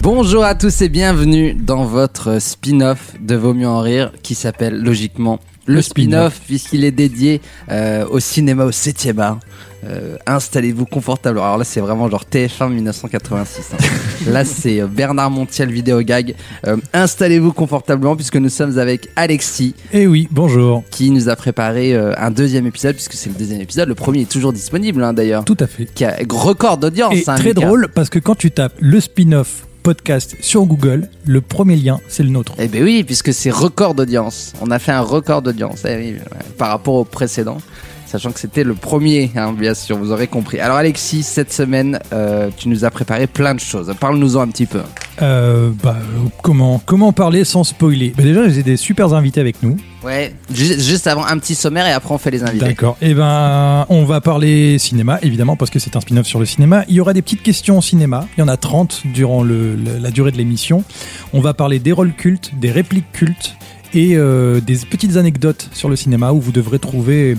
Bonjour à tous et bienvenue dans votre spin-off de Vaut mieux en rire qui s'appelle logiquement le, Le spin-off puisqu'il est dédié euh, au cinéma au 7 e art. Euh, Installez-vous confortable. Alors là, c'est vraiment genre TF1 1986. hein. là, c'est euh, Bernard Montiel vidéo gag. Euh, Installez-vous confortablement puisque nous sommes avec Alexis Eh oui, bonjour. qui nous a préparé euh, un deuxième épisode puisque c'est le deuxième épisode. Le premier est toujours disponible hein, d'ailleurs. Tout à fait. Qui a record d'audience. Et hein, très Mika. drôle parce que quand tu tapes le spin-off podcast sur Google, le premier lien, c'est le nôtre. Eh ben oui, puisque c'est record d'audience. On a fait un record d'audience eh oui, ouais, par rapport au précédent, sachant que c'était le premier, hein, bien sûr, vous aurez compris. Alors Alexis, cette semaine, euh, tu nous as préparé plein de choses. Parle-nous-en un petit peu. Euh, bah, euh, comment, comment parler sans spoiler bah Déjà, j'ai des super invités avec nous. Ouais, ju- juste avant un petit sommaire et après on fait les invités. D'accord. Eh ben, on va parler cinéma, évidemment, parce que c'est un spin-off sur le cinéma. Il y aura des petites questions cinéma. Il y en a 30 durant le- le- la durée de l'émission. On va parler des rôles cultes, des répliques cultes et euh, des petites anecdotes sur le cinéma où vous devrez trouver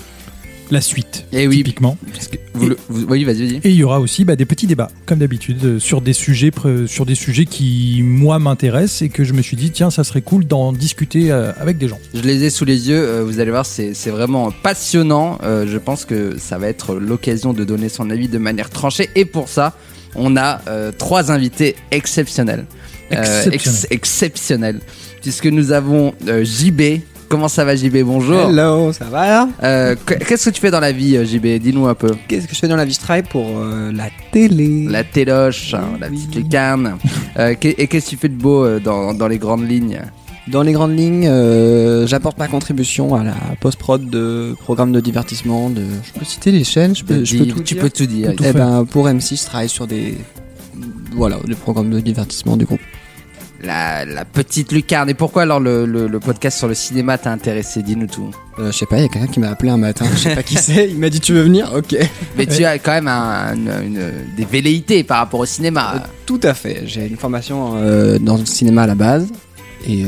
la suite, Eh oui. typiquement. Parce que vous le- vous- oui, vas-y, vas-y. Et il y aura aussi bah, des petits débats, comme d'habitude, euh, sur des sujets pré- sur des sujets qui moi m'intéressent et que je me suis dit tiens ça serait cool d'en discuter euh, avec des gens. Je les ai sous les yeux, euh, vous allez voir, c'est c'est vraiment passionnant. Euh, je pense que ça va être l'occasion de donner son avis de manière tranchée. Et pour ça, on a euh, trois invités exceptionnels. Euh, Exceptionnels. exceptionnels. Puisque nous avons euh, JB. Comment ça va JB Bonjour. Hello, ça va Euh, qu- Qu'est-ce que tu fais dans la vie euh, JB Dis-nous un peu. Qu'est-ce que je fais dans la vie Je travaille pour euh, la télé. La téloche, hein, la petite lucarne. Euh, qu'est- et qu'est-ce que tu fais de beau euh, dans, dans les grandes lignes Dans les grandes lignes, euh, j'apporte ma contribution à la post-prod de programmes de divertissement. De... Je peux citer les chaînes Je peux, Euh, je peux Dis- tout Tu dire peux tout dire. Tout Eh faire. ben, pour M6, je travaille sur des... Voilà, des programmes de divertissement du groupe. La, la petite lucarne. Et pourquoi alors le, le- le podcast sur le cinéma t'a intéressé Dis-nous tout. Euh, je sais pas, il y a quelqu'un qui m'a appelé un matin, je sais pas qui c'est, il m'a dit tu veux venir Ok. Mais Euh, tu as quand même un- une- une- des velléités par rapport au Euh, cinéma. Euh, Tout à fait, j'ai une formation euh, dans le cinéma à la base et euh,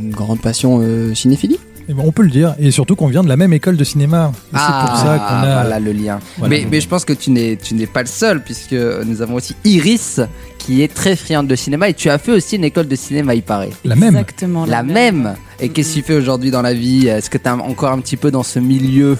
une grande passion euh, cinéphilie. Et ben, on peut le dire et surtout qu'on vient de la même école de cinéma. Et c'est pour ça qu'on a Ah, voilà le lien. Voilà. Mais, mais je pense que tu n'es tu n'es pas le seul puisque nous avons aussi Iris qui est très friande de cinéma et tu as fait aussi une école de cinéma il paraît. la même. Exactement. La même. Et qu'est-ce que tu fais aujourd'hui dans la vie Est-ce que tu es encore un petit peu dans ce milieu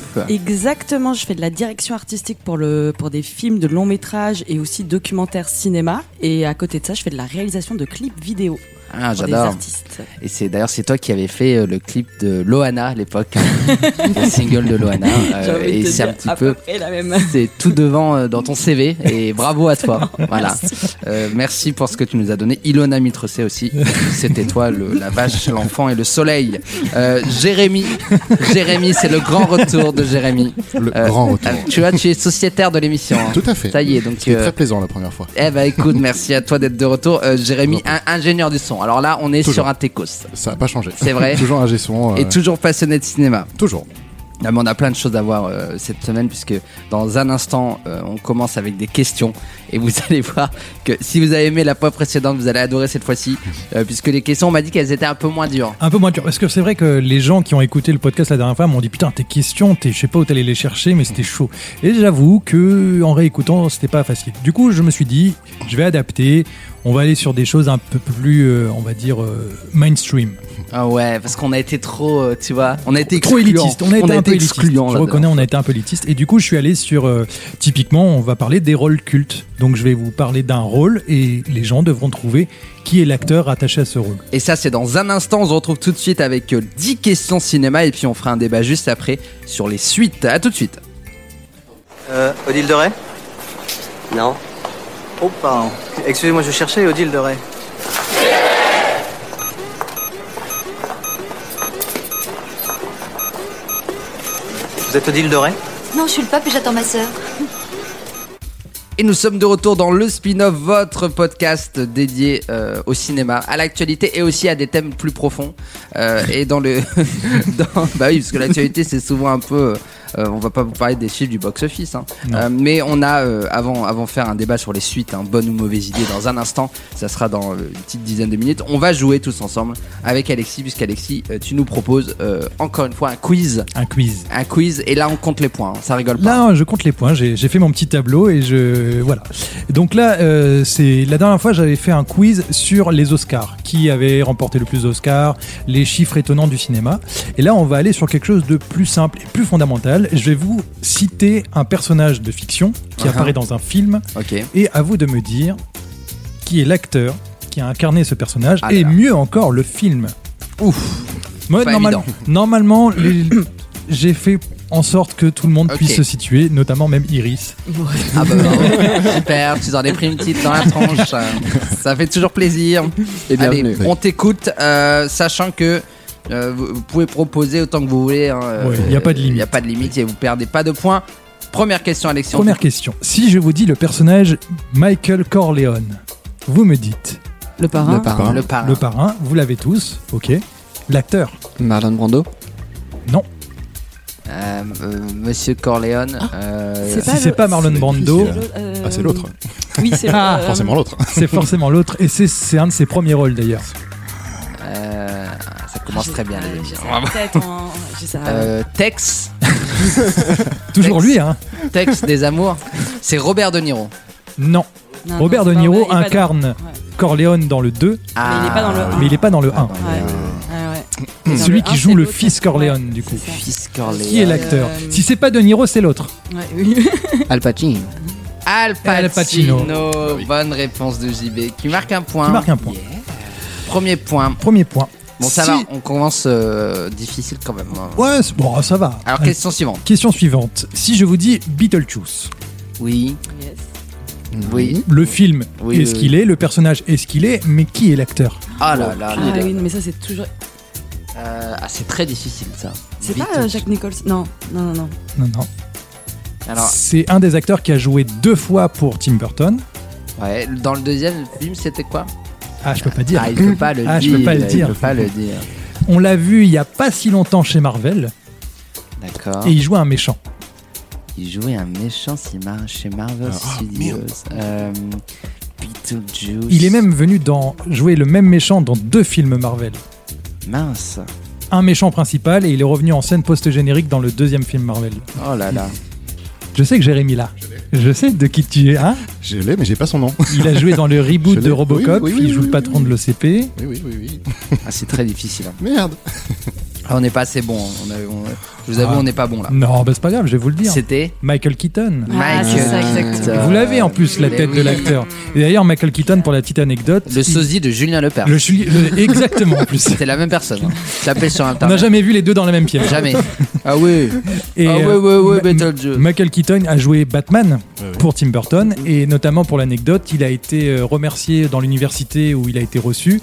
Exactement, je fais de la direction artistique pour, le, pour des films de long métrage et aussi documentaires cinéma. Et à côté de ça, je fais de la réalisation de clips vidéo Ah, pour des j'adore. artistes. Et c'est d'ailleurs c'est toi qui avais fait euh, le clip de Loana à l'époque, hein. le single de Loana. euh, J'ai envie et de te c'est un dire petit à peu peu près la même. C'est tout devant euh, dans ton CV et bravo à toi. Voilà. Euh, merci pour ce que tu nous as donné. Ilona Mitrocé aussi. C'était toi, le- la vache, l'enfant et le soleil. Euh, Jérémy. Jérémy, c'est le grand retour de Jérémy. Le Euh, grand retour. euh, Tu vois, tu es sociétaire de l'émission. hein. Tout à fait. Ça y est, donc. C'était euh, très plaisant la première fois. eh ben écoute, merci à toi d'être de retour. Euh, Jérémy, Je vous en un- ingénieur du son. Alors là, on est Toujours. sur un Tecos. Ça n'a pas changé. C'est vrai. toujours un gestion. Et toujours passionné de cinéma. Toujours. Non, mais on a plein de choses à voir euh, cette semaine puisque dans un instant euh, on commence avec des questions et vous allez voir que si vous avez aimé la fois précédente vous allez adorer cette fois-ci euh, puisque les questions on m'a dit qu'elles étaient un peu moins dures. Un peu moins dur parce que c'est vrai que les gens qui ont écouté le podcast la dernière fois m'ont dit putain tes questions, t'es- je sais pas où t'allais les chercher mais c'était chaud. Et j'avoue que en réécoutant c'était pas facile. Du coup je me suis dit je vais adapter, on va aller sur des choses un peu plus euh, on va dire euh, mainstream. Ah ouais parce qu'on a été trop euh, tu vois on a été trop excluant. élitiste. On a été un peu élitiste. excluant Je là-dedans. reconnais, on a été un peu élitiste. Et du coup, je suis allé sur. euh, typiquement, on va parler des rôles cultes. Donc, je vais vous parler d'un rôle et les gens devront trouver qui est l'acteur attaché à ce rôle. Et ça c'est dans un instant on se retrouve tout de suite avec euh, 10 questions cinéma et puis on fera un débat juste après sur les suites. À tout de suite. Euh, Odile de Ray Non. Oh, pardon. Excusez-moi, je cherchais Odile de Ray. Vous êtes Odile de Ray Non, je suis le pape et j'attends ma sœur. Et nous sommes de retour dans le spin-off, votre podcast dédié euh, au cinéma, à l'actualité et aussi à des thèmes plus profonds. Euh, et dans le. dans- bah oui, parce que l'actualité, c'est souvent un peu Euh, on va pas vous parler des chiffres du box-office, hein. Non. Euh, mais on a, euh, avant, avant de faire un débat sur les suites, hein, bonne ou mauvaise idée, dans un instant, ça sera dans euh, une petite dizaine de minutes, on va jouer tous ensemble avec Alexis, puisqu'Alexis, euh, tu nous proposes euh, encore une fois un quiz. Un quiz. Un quiz, et là on compte les points, hein, ça rigole pas. Là, je compte les points. J'ai j'ai fait mon petit tableau et je voilà. Donc là, euh, c'est la dernière fois j'avais fait un quiz sur les Oscars, qui avait remporté le plus d'Oscars, les chiffres étonnants du cinéma. Et là, on va aller sur quelque chose de plus simple et plus fondamental. Je vais vous citer un personnage de fiction qui Uh-huh. apparaît dans un film Ok. et à vous de me dire qui est l'acteur qui a incarné ce personnage Ah là et là. mieux encore le film. Ouf. Ouais, Pas normal- évident. normalement, les- j'ai fait en sorte que tout le monde Ok. puisse se situer, notamment même Iris. Ah bah, bravo. super, tu en as pris une petite dans la tronche. ça fait toujours plaisir. Et bienvenue. Allez, on t'écoute, euh, sachant que euh, vous, vous pouvez proposer autant que vous voulez. Il Ouais, y a pas de limite. Il n'y a pas de limite et vous perdez pas de points. Première question, Alexis. on Première question. Si je vous dis le personnage Michael Corleone, vous me dites Le parrain. Le parrain. t'écoute. Le parrain. le parrain, vous l'avez tous, ok. L'acteur, Marlon Brando. Euh, euh, Monsieur Corleone. euh, Ah, C'est si c'est le- pas Marlon c'est Brando, difficile. euh, Ah, c'est l'autre. Oui, c'est Ah, euh, Forcément l'autre. c'est forcément l'autre et c'est- c'est un de ses premiers rôles d'ailleurs. euh, ça commence j'ai- très bien, les euh, amis. j'ai ça en tête, en- j'ai ça- Euh, Tex, Toujours Tex. lui, hein Tex des amours. C'est Robert De Niro. Non. Ah non, non, Robert c'est De pas- il est Niro pas dans- incarne Corleone dans le 2, Ah, il est pas dans le- mais il est pas dans le 1. Ouais, ouais, Ah, ouais. Celui Dans qui un, joue c'est le l'autre. fils Corleone, Ouais, du coup. c'est ça. Fils Corleone. Qui est l'acteur Euh, Si c'est pas De Niro, c'est l'autre. Ouais, oui. Ah, Al Pacino. Al Al Pacino. Pacino. Ah Bonne réponse de JB qui marque un point. Qui marque un point. Yeah. Premier point. Premier point. Bon, ça Si- va, on commence euh, difficile quand même. hein. Ouais, c'est- bon, ça va. Alors, Allez. question suivante. Question suivante. Si je vous dis Beetlejuice, Oui, Yes. oui. le film Oui, est ce oui, qu'il est, le personnage est ce qu'il est, mais qui est l'acteur Ah là là. Ah là là. oui, mais ça c'est toujours. Euh, ah, c'est très difficile ça. C'est Vite. pas euh, Jack Nicholson. Non, non, non, non. Non, non. Alors, C'est un des acteurs qui a joué deux fois pour Tim Burton. ouais, dans le deuxième film, c'était quoi Ah, je peux pas dire. Ah, il peut pas le Ah, je dire. peux pas le dire. Il peut pas le dire. On l'a vu il y a pas si longtemps chez Marvel D'accord. et il jouait un méchant. Il jouait un méchant si mar- chez Marvel Ah, ah, Studios. merde. Euh, Beetlejuice. Il est même venu dans jouer le même méchant dans deux films Marvel. Mince. Un méchant principal et il est revenu en scène post-générique dans le deuxième film Marvel. Oh là là. Je sais que Jérémy là. Je sais de qui tu es. Hein Je l'ai, mais j'ai pas son nom. il a joué dans le Je reboot l'ai. de Robocop. Oui, oui, oui, il joue le oui, oui, patron oui. de l'OCP. Oui, oui, oui, oui. Ah, c'est très difficile. hein. Merde. Ah, on n'est pas assez bon. hein. On a- on- je vous avoue, Ah. on n'est pas bon là. Non, bah c'est pas grave, je vais vous le dire. C'était Michael Keaton. Ah, c'est ça, exactement. Euh, Vous l'avez en plus, la Mais tête oui. de l'acteur. Et d'ailleurs, Michael Keaton, pour la petite anecdote. Le il- sosie de Julien Lepers. le chuli- le- Exactement, en plus. C'est la même personne. hein. Je l'appelle sur On n'a internet. jamais vu les deux dans la même pièce. Jamais. Ah oui. Et, ah oui, euh, oui, oui, Ma- Beetlejuice. Michael Keaton a joué Batman Ouais, ouais. pour Tim Burton et notamment pour l'anecdote, il a été euh, remercié dans l'université où il a été reçu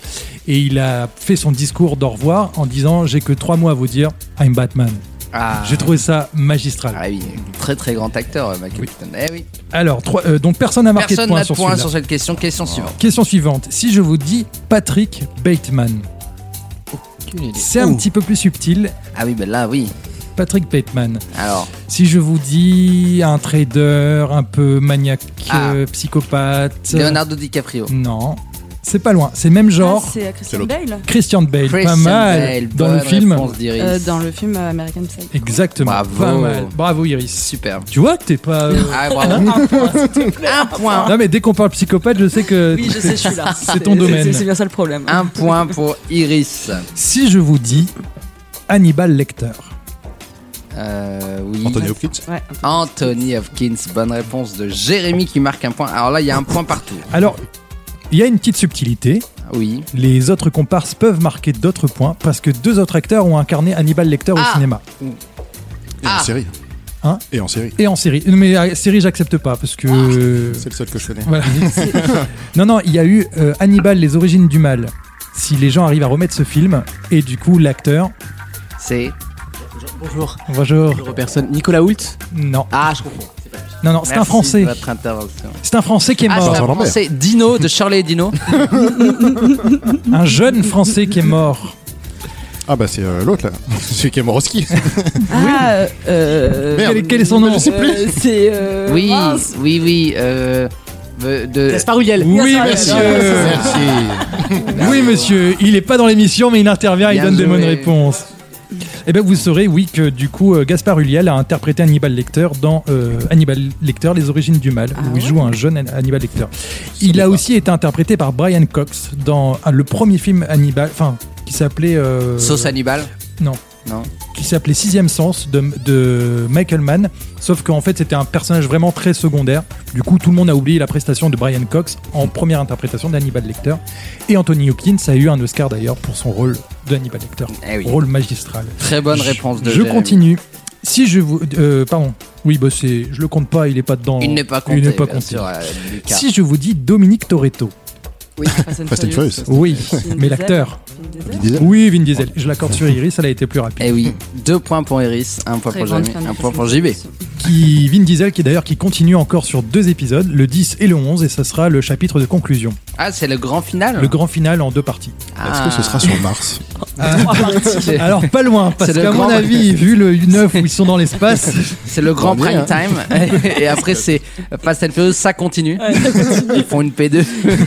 et il a fait son discours d'au revoir en disant j'ai que trois mots à vous dire, I'm Batman. Ah. J'ai trouvé ça magistral. Ah oui, très très grand acteur, Michael Keaton. Eh oui. Alors trois- euh, donc personne n'a marqué Personne de n'a point de sur point celui-là. Oh, sur cette question. Question suivante. Question suivante. Si je vous dis Patrick Bateman, c'est un petit peu plus subtil. Ah oui, ben là, oui. Patrick Bateman. Alors, Si je vous dis un trader un peu maniaque, Ah. euh, psychopathe. Leonardo DiCaprio. Non, c'est pas loin. C'est même genre Ah, c'est C'est Christian l'autre. Bale Christian Bale, Christian pas mal Bale, dans le bonne film. réponse d'Iris. Euh, dans le film euh, American Psycho. Exactement, Bravo. pas mal. Bravo Iris. Super. Tu vois que t'es pas. euh, Ah bravo. Un point. Non mais dès qu'on parle psychopathe, je sais que. Oui, je sais, je suis là. C'est ton domaine. c'est- C'est bien ça le problème. Un point pour Iris. Si je vous dis Hannibal Lecter, Euh, oui. Anthony Hopkins. Ouais. Anthony Hopkins, bonne réponse de Jérémy qui marque un point. Alors là, il y a un point partout. alors il y a une petite subtilité. Oui. Les autres comparses peuvent marquer d'autres points parce que deux autres acteurs ont incarné Hannibal Lecter Ah. au cinéma Et Ah. en série. Hein Et en série. et en série. Mais euh, série, j'accepte pas parce que. C'est Oh. le seul que je connais. Voilà. non, non, il y a eu euh, Hannibal, les origines du mal. Si les gens arrivent à remettre ce film, et du coup, l'acteur. C'est. Bonjour, Bonjour. bonjour personne. Nicolas Hoult Non, Ah, je comprends. non, non, c'est un Merci français. de votre intervention. C'est un français qui est Ah, mort. c'est un Vincent Lambert. français. Dino de Charlie et Dino. un jeune français qui est mort. Ah bah c'est euh, l'autre là, celui qui est mort au ski. Ah, euh, Merde. Quel est, quel est son nom Je sais plus. euh, c'est. euh, Oui, mince. oui, oui. euh, euh, de... Gaspard Huliel. Oui, Gaspard monsieur. Ah, Merci. Oui, monsieur. Il est pas dans l'émission, mais il intervient, il Bien donne des joué. bonnes réponses. Eh bien, vous saurez, oui, que du coup, euh, Gaspard Ulliel a interprété Hannibal Lecter dans euh, Hannibal Lecter, Les Origines du Mal, Ah où il ouais joue un jeune Han- Hannibal Lecter. Il a aussi été interprété par Brian Cox dans ah, le premier film Hannibal, enfin, qui s'appelait. euh, Sauce Hannibal qui s'appelait Sixième Sens de, de Michael Mann, sauf qu'en fait c'était un personnage vraiment très secondaire. Du coup, tout le monde a oublié la prestation de Brian Cox en première interprétation d'Hannibal Lecter. Et Anthony Hopkins a eu un Oscar d'ailleurs pour son rôle de Hannibal Lecter, Eh oui. rôle magistral. Très bonne réponse de Je Jérémy. continue. Si je vous, euh, pardon, oui, bah c'est, je le compte pas, il est pas dedans. Il n'est pas compté. Il n'est pas bien compté. sûr, euh, Lucas. Si je vous dis Dominique Toretto, Oui, Fast and Fast and Furious. Furious. oui, Vin mais Diesel. l'acteur, Vin Diesel. Diesel. oui, Vin Diesel. Je l'accorde sur Iris, elle a été plus rapide. Eh oui, deux points pour Iris, un point Très pour grande Jérémy, fan de un point Fast pour and JB. Furious. qui Vin Diesel qui d'ailleurs qui continue encore sur deux épisodes, le 10 et le 11 et ça sera le chapitre de conclusion, Ah, c'est le grand final le grand final en deux parties. Est-ce que ce Ah. sera sur Mars C'est Alors pas loin parce C'est le qu'à grand- mon avis, vu le 9 où ils sont dans l'espace, c'est le grand Bon, prime bien, hein. time. Et après, c'est Fast and Furious, ça continue. Ah Ils font une P2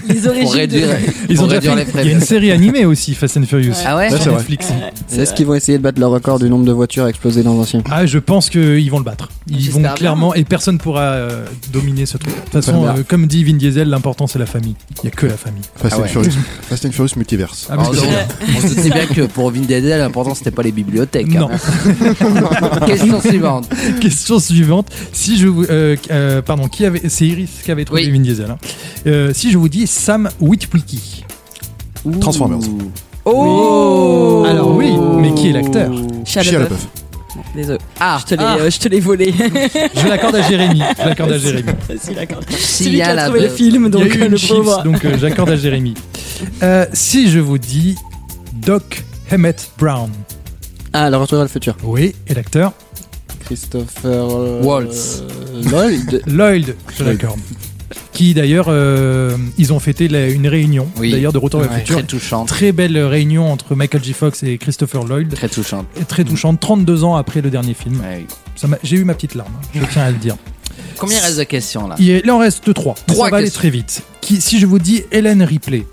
Les origines. pour réduire, de- ils pour ont déjà réduire fait- les frais. il y a une série animée aussi Fast and Furious. Ah ouais Là, c'est Sur vrai. Netflix. Est-ce qu'ils vont essayer de battre le record du nombre de voitures explosées dans un film Ah, je pense qu'ils vont le battre. Ils J'espère vont bien. clairement et personne pourra euh, dominer ce truc. De toute façon, Très bien. euh, comme dit Vin Diesel, l'important c'est la famille. Il y a que la famille. Fast, Ah ouais. and Furious. Fast and Furious Multiverse. Ah, mais Alors, c'est- on, on se dit bien que pour Vin Diesel, l'important c'était pas les bibliothèques. hein. non. Question suivante. Question suivante. Si je vous, euh, euh, pardon, qui avait, c'est Iris qui avait trouvé Oui. Vin Diesel. hein. Euh, si je vous dis Sam Witwicky. Transformers. Oh Alors oui, mais qui est l'acteur Shia Shia LaBeouf. LaBeouf. Désolé. Ah, Je te l'ai, euh, je te l'ai volé. Je l'accorde à Jérémy. Je l'accorde à Jérémy. Facile, d'accord. C'est lui qui Sia a trouvé le LaBeouf. film, Il y a donc eu euh, une le chips, pauvre. donc euh, j'accorde à Jérémy. Euh, si je vous dis Doc Emmett Brown. Ah, le retour vers le futur. Oui, et l'acteur Christopher euh, Waltz. Lloyd. Lloyd. Je l'accorde. Qui d'ailleurs, euh, ils ont fêté la- une réunion Oui. d'ailleurs de Retour vers le futur. Très touchante. Très belle réunion entre Michael J. Fox et Christopher Lloyd. Très touchante. Et Très touchante, 32 ans après le dernier film. Ouais, oui. Ça m'a- J'ai eu ma petite larme, hein. je tiens à le dire. Combien il reste de questions là Il, est- il en reste trois. Ah. Trois ça va aller questions. très vite. Qui, si je vous dis Hélène Ripley,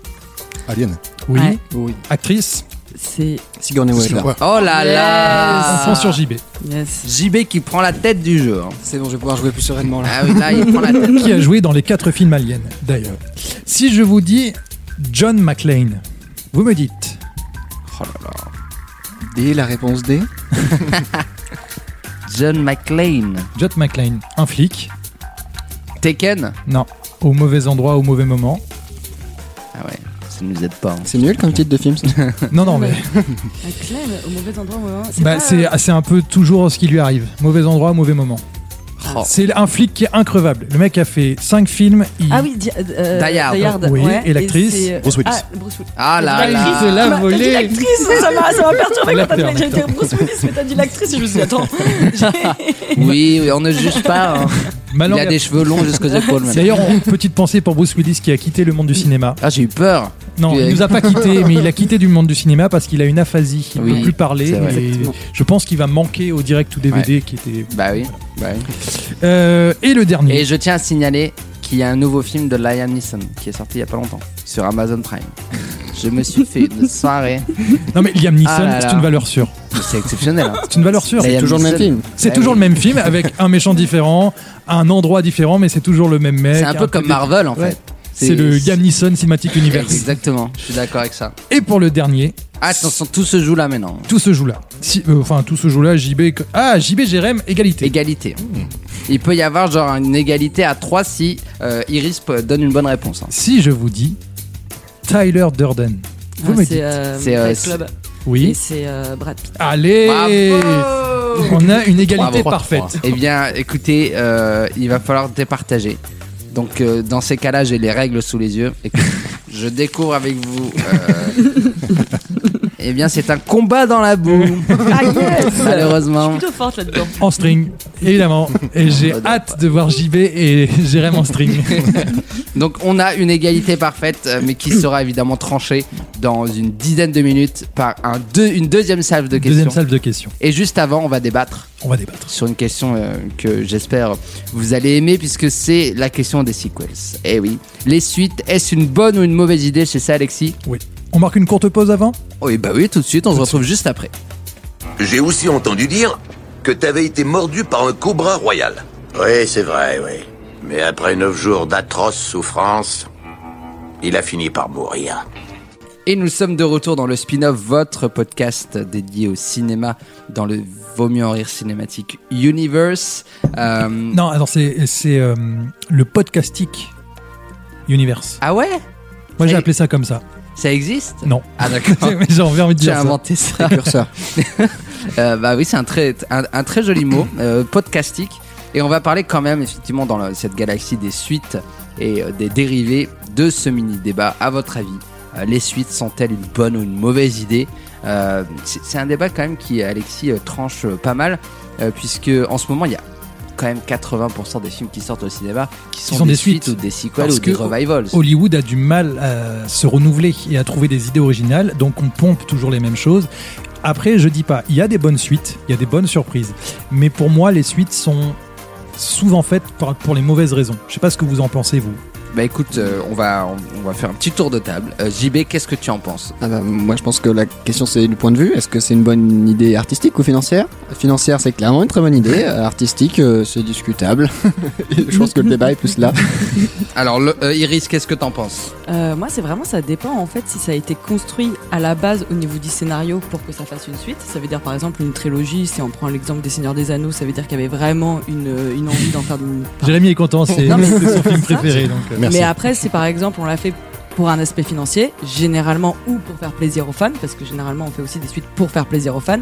Alien. oui, Ouais. Oui. actrice, C'est. Sigourney Weaver. Ouais. Oh là Yes. là on prend sur JB, Yes. JB qui prend la tête du jeu. hein. C'est bon, je vais pouvoir jouer plus sereinement là. Ah oui, là, il prend la tête. qui a joué dans les quatre films Alien, d'ailleurs. Si je vous dis John McClane, vous me dites D, la réponse D. John McClane. John McClane, un flic Taken Non, au mauvais endroit, au mauvais moment. Ah ouais, ça nous aide pas. hein. C'est nul comme titre de film. ça. Non, non, mais Un clan Ah, au mauvais endroit, au mauvais moment. bah, pas, c'est c'est un peu toujours ce qui lui arrive. Mauvais endroit, au mauvais moment. Oh. Ah, C'est un flic qui est increvable. Le mec a fait cinq films. il- Ah oui, di euh, Die Hard. Oui, ouais, et l'actrice c'est, euh, Bruce Willis. Ah, Bruce Willis. Ah là L'actrice là de la T'as dit volée. l'actrice, ça m'a ça m'a perturbé quand t'as L'acteur, dit j'allais dire Bruce Willis, mais t'as dit l'actrice, et je me suis dit, attends. j'ai- Oui, oui, on ne juge pas. hein. Il Malin- a des cheveux longs jusqu'aux épaules. maintenant. D'ailleurs, on- petite pensée pour Bruce Willis qui a quitté le monde du cinéma. Ah, j'ai eu peur. Non, Tu es- il nous a pas quitté, mais il a quitté du monde du cinéma parce qu'il a une aphasie, il ne Oui, peut plus parler. c'est vrai. et je pense qu'il va manquer au direct ou DVD qui était. Bah oui, bah oui. Euh, et le dernier. Et je tiens à signaler qu'il y a un nouveau film de Liam Neeson qui est sorti il y a pas longtemps sur Amazon Prime. Je me suis fait une soirée. Non mais Liam Neeson, Ah là là. c'est une valeur sûre. Mais C'est exceptionnel. hein. C'est une valeur sûre. Liam Toujours le même Neeson. film. C'est Ah toujours oui. le même film avec un méchant différent, un endroit différent, mais c'est toujours le même mec. C'est un peu comme des- Marvel en Ouais. fait. C'est le Liam Neeson Cinematic Universe. Exactement, je suis d'accord avec ça. Et pour le dernier, Ah, attention, tout se joue là maintenant. tout se joue là. Si- euh, enfin, tout se joue là. JB. que- Ah, JB, Jérém, égalité. Égalité. Il peut y avoir genre une égalité à 3 si euh, Iris peut- donne une bonne réponse. hein. Si je vous dis Tyler Durden, vous Ah, me C'est dites euh, C'est, euh, Fight c'est- Club. Et oui. c'est euh, Brad Pitt. Allez, Bravo on a une Bravo. égalité parfaite. Eh bien, écoutez, euh, il va falloir départager. Donc, euh, dans ces cas-là, j'ai les règles sous les yeux. Et que je découvre avec vous. euh, eh bien, c'est un combat dans la boue. Ah yes Je suis Malheureusement. plutôt forte là-dedans. En string, évidemment. Et j'ai hâte de voir JB et Jérém en string. Donc, on a une égalité parfaite, euh, mais qui sera évidemment tranchée dans une dizaine de minutes par un deux- une deuxième salve de questions. Deuxième salve de questions. Et juste avant, on va débattre On va débattre. sur une question euh, que j'espère vous allez aimer puisque c'est la question des sequels. Eh oui, les suites, est-ce une bonne ou une mauvaise idée chez ça Alexis On marque une courte pause avant Oui, bah oui, tout de suite, on se retrouve juste après. J'ai aussi entendu dire que t'avais été mordu par un cobra royal. Oui, c'est vrai, oui. Mais après neuf jours d'atroces souffrances, il a fini par mourir. Et nous sommes de retour dans le spin-off, votre podcast dédié au cinéma dans le Vaut mieux en rire cinématique universe. Euh, Non, alors c'est c'est, euh, le podcastique universe. Ah ouais Moi j'ai Et- appelé ça comme ça. Ça existe Non. Ah d'accord. Mais j'ai envie de J'ai dire ça. inventé ça. Euh, bah oui, c'est un très, un, un très joli mot, euh, podcastique. Et on va parler quand même, effectivement, dans la- cette galaxie des suites et euh, des dérivés de ce mini-débat. À votre avis, euh, les suites sont-elles une bonne ou une mauvaise idée Euh, C'est c'est un débat quand même qui, Alexis, euh, tranche euh, pas mal, euh, puisque en ce moment, il y a quand même 80% des films qui sortent au cinéma qui sont, sont des, des suites, suites. ou des sequels Parce ou des que- revivals. Hollywood a du mal à se renouveler et à trouver des idées originales, donc on pompe toujours les mêmes choses. Après, je dis pas, il y a des bonnes suites, il y a des bonnes surprises, mais pour moi, les suites sont souvent faites par- pour les mauvaises raisons. Je sais pas ce que vous en pensez, vous. Bah écoute, euh, on, va, on, on va faire un petit tour de table. Euh, JB, qu'est-ce que tu en penses Ah bah, moi, je pense que la question, c'est du point de vue. Est-ce que c'est une bonne idée artistique ou financière Financière, c'est clairement une très bonne idée. Euh, Artistique, euh, c'est discutable. Et je pense que le débat est plus là. Alors, le- euh, Iris, qu'est-ce que t'en penses Euh, moi, c'est vraiment ça dépend en fait si ça a été construit à la base au niveau du scénario pour que ça fasse une suite. Ça veut dire par exemple une trilogie. Si on prend l'exemple des Seigneurs des Anneaux, ça veut dire qu'il y avait vraiment une, euh, une envie d'en faire une. Jérémy est content, c'est Ah. Non, mais c'est son film ça. préféré. Donc, euh, Merci. Mais après, si par exemple on l'a fait pour un aspect financier, généralement ou pour faire plaisir aux fans, parce que généralement on fait aussi des suites pour faire plaisir aux fans.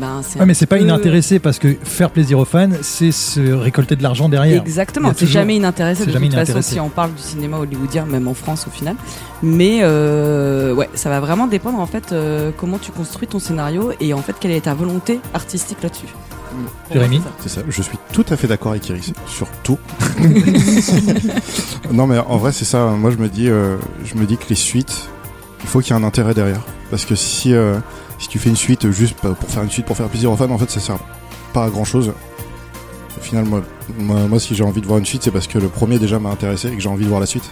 Ben, c'est ouais, un mais c'est pas peu- inintéressé parce que faire plaisir aux fans, c'est se récolter de l'argent derrière. Il y Exactement, a c'est toujours- jamais inintéressé c'est de jamais toute façon inintéressé. si on parle du cinéma hollywoodien, même en France au final. Mais euh, ouais, ça va vraiment dépendre en fait euh, comment tu construis ton scénario et en fait quelle est ta volonté artistique là-dessus. Jérémy C'est ça, je suis tout à fait d'accord avec Iris, sur tout. non mais en vrai c'est ça, moi je me dis, euh, je me dis que les suites, il faut qu'il y ait un intérêt derrière. Parce que si, euh, si tu fais une suite juste pa- pour faire une suite, pour faire plaisir aux fans, en fait ça sert pas à grand chose. Au final, moi, moi, moi, si j'ai envie de voir une suite, c'est parce que le premier déjà m'a intéressé et que j'ai envie de voir la suite.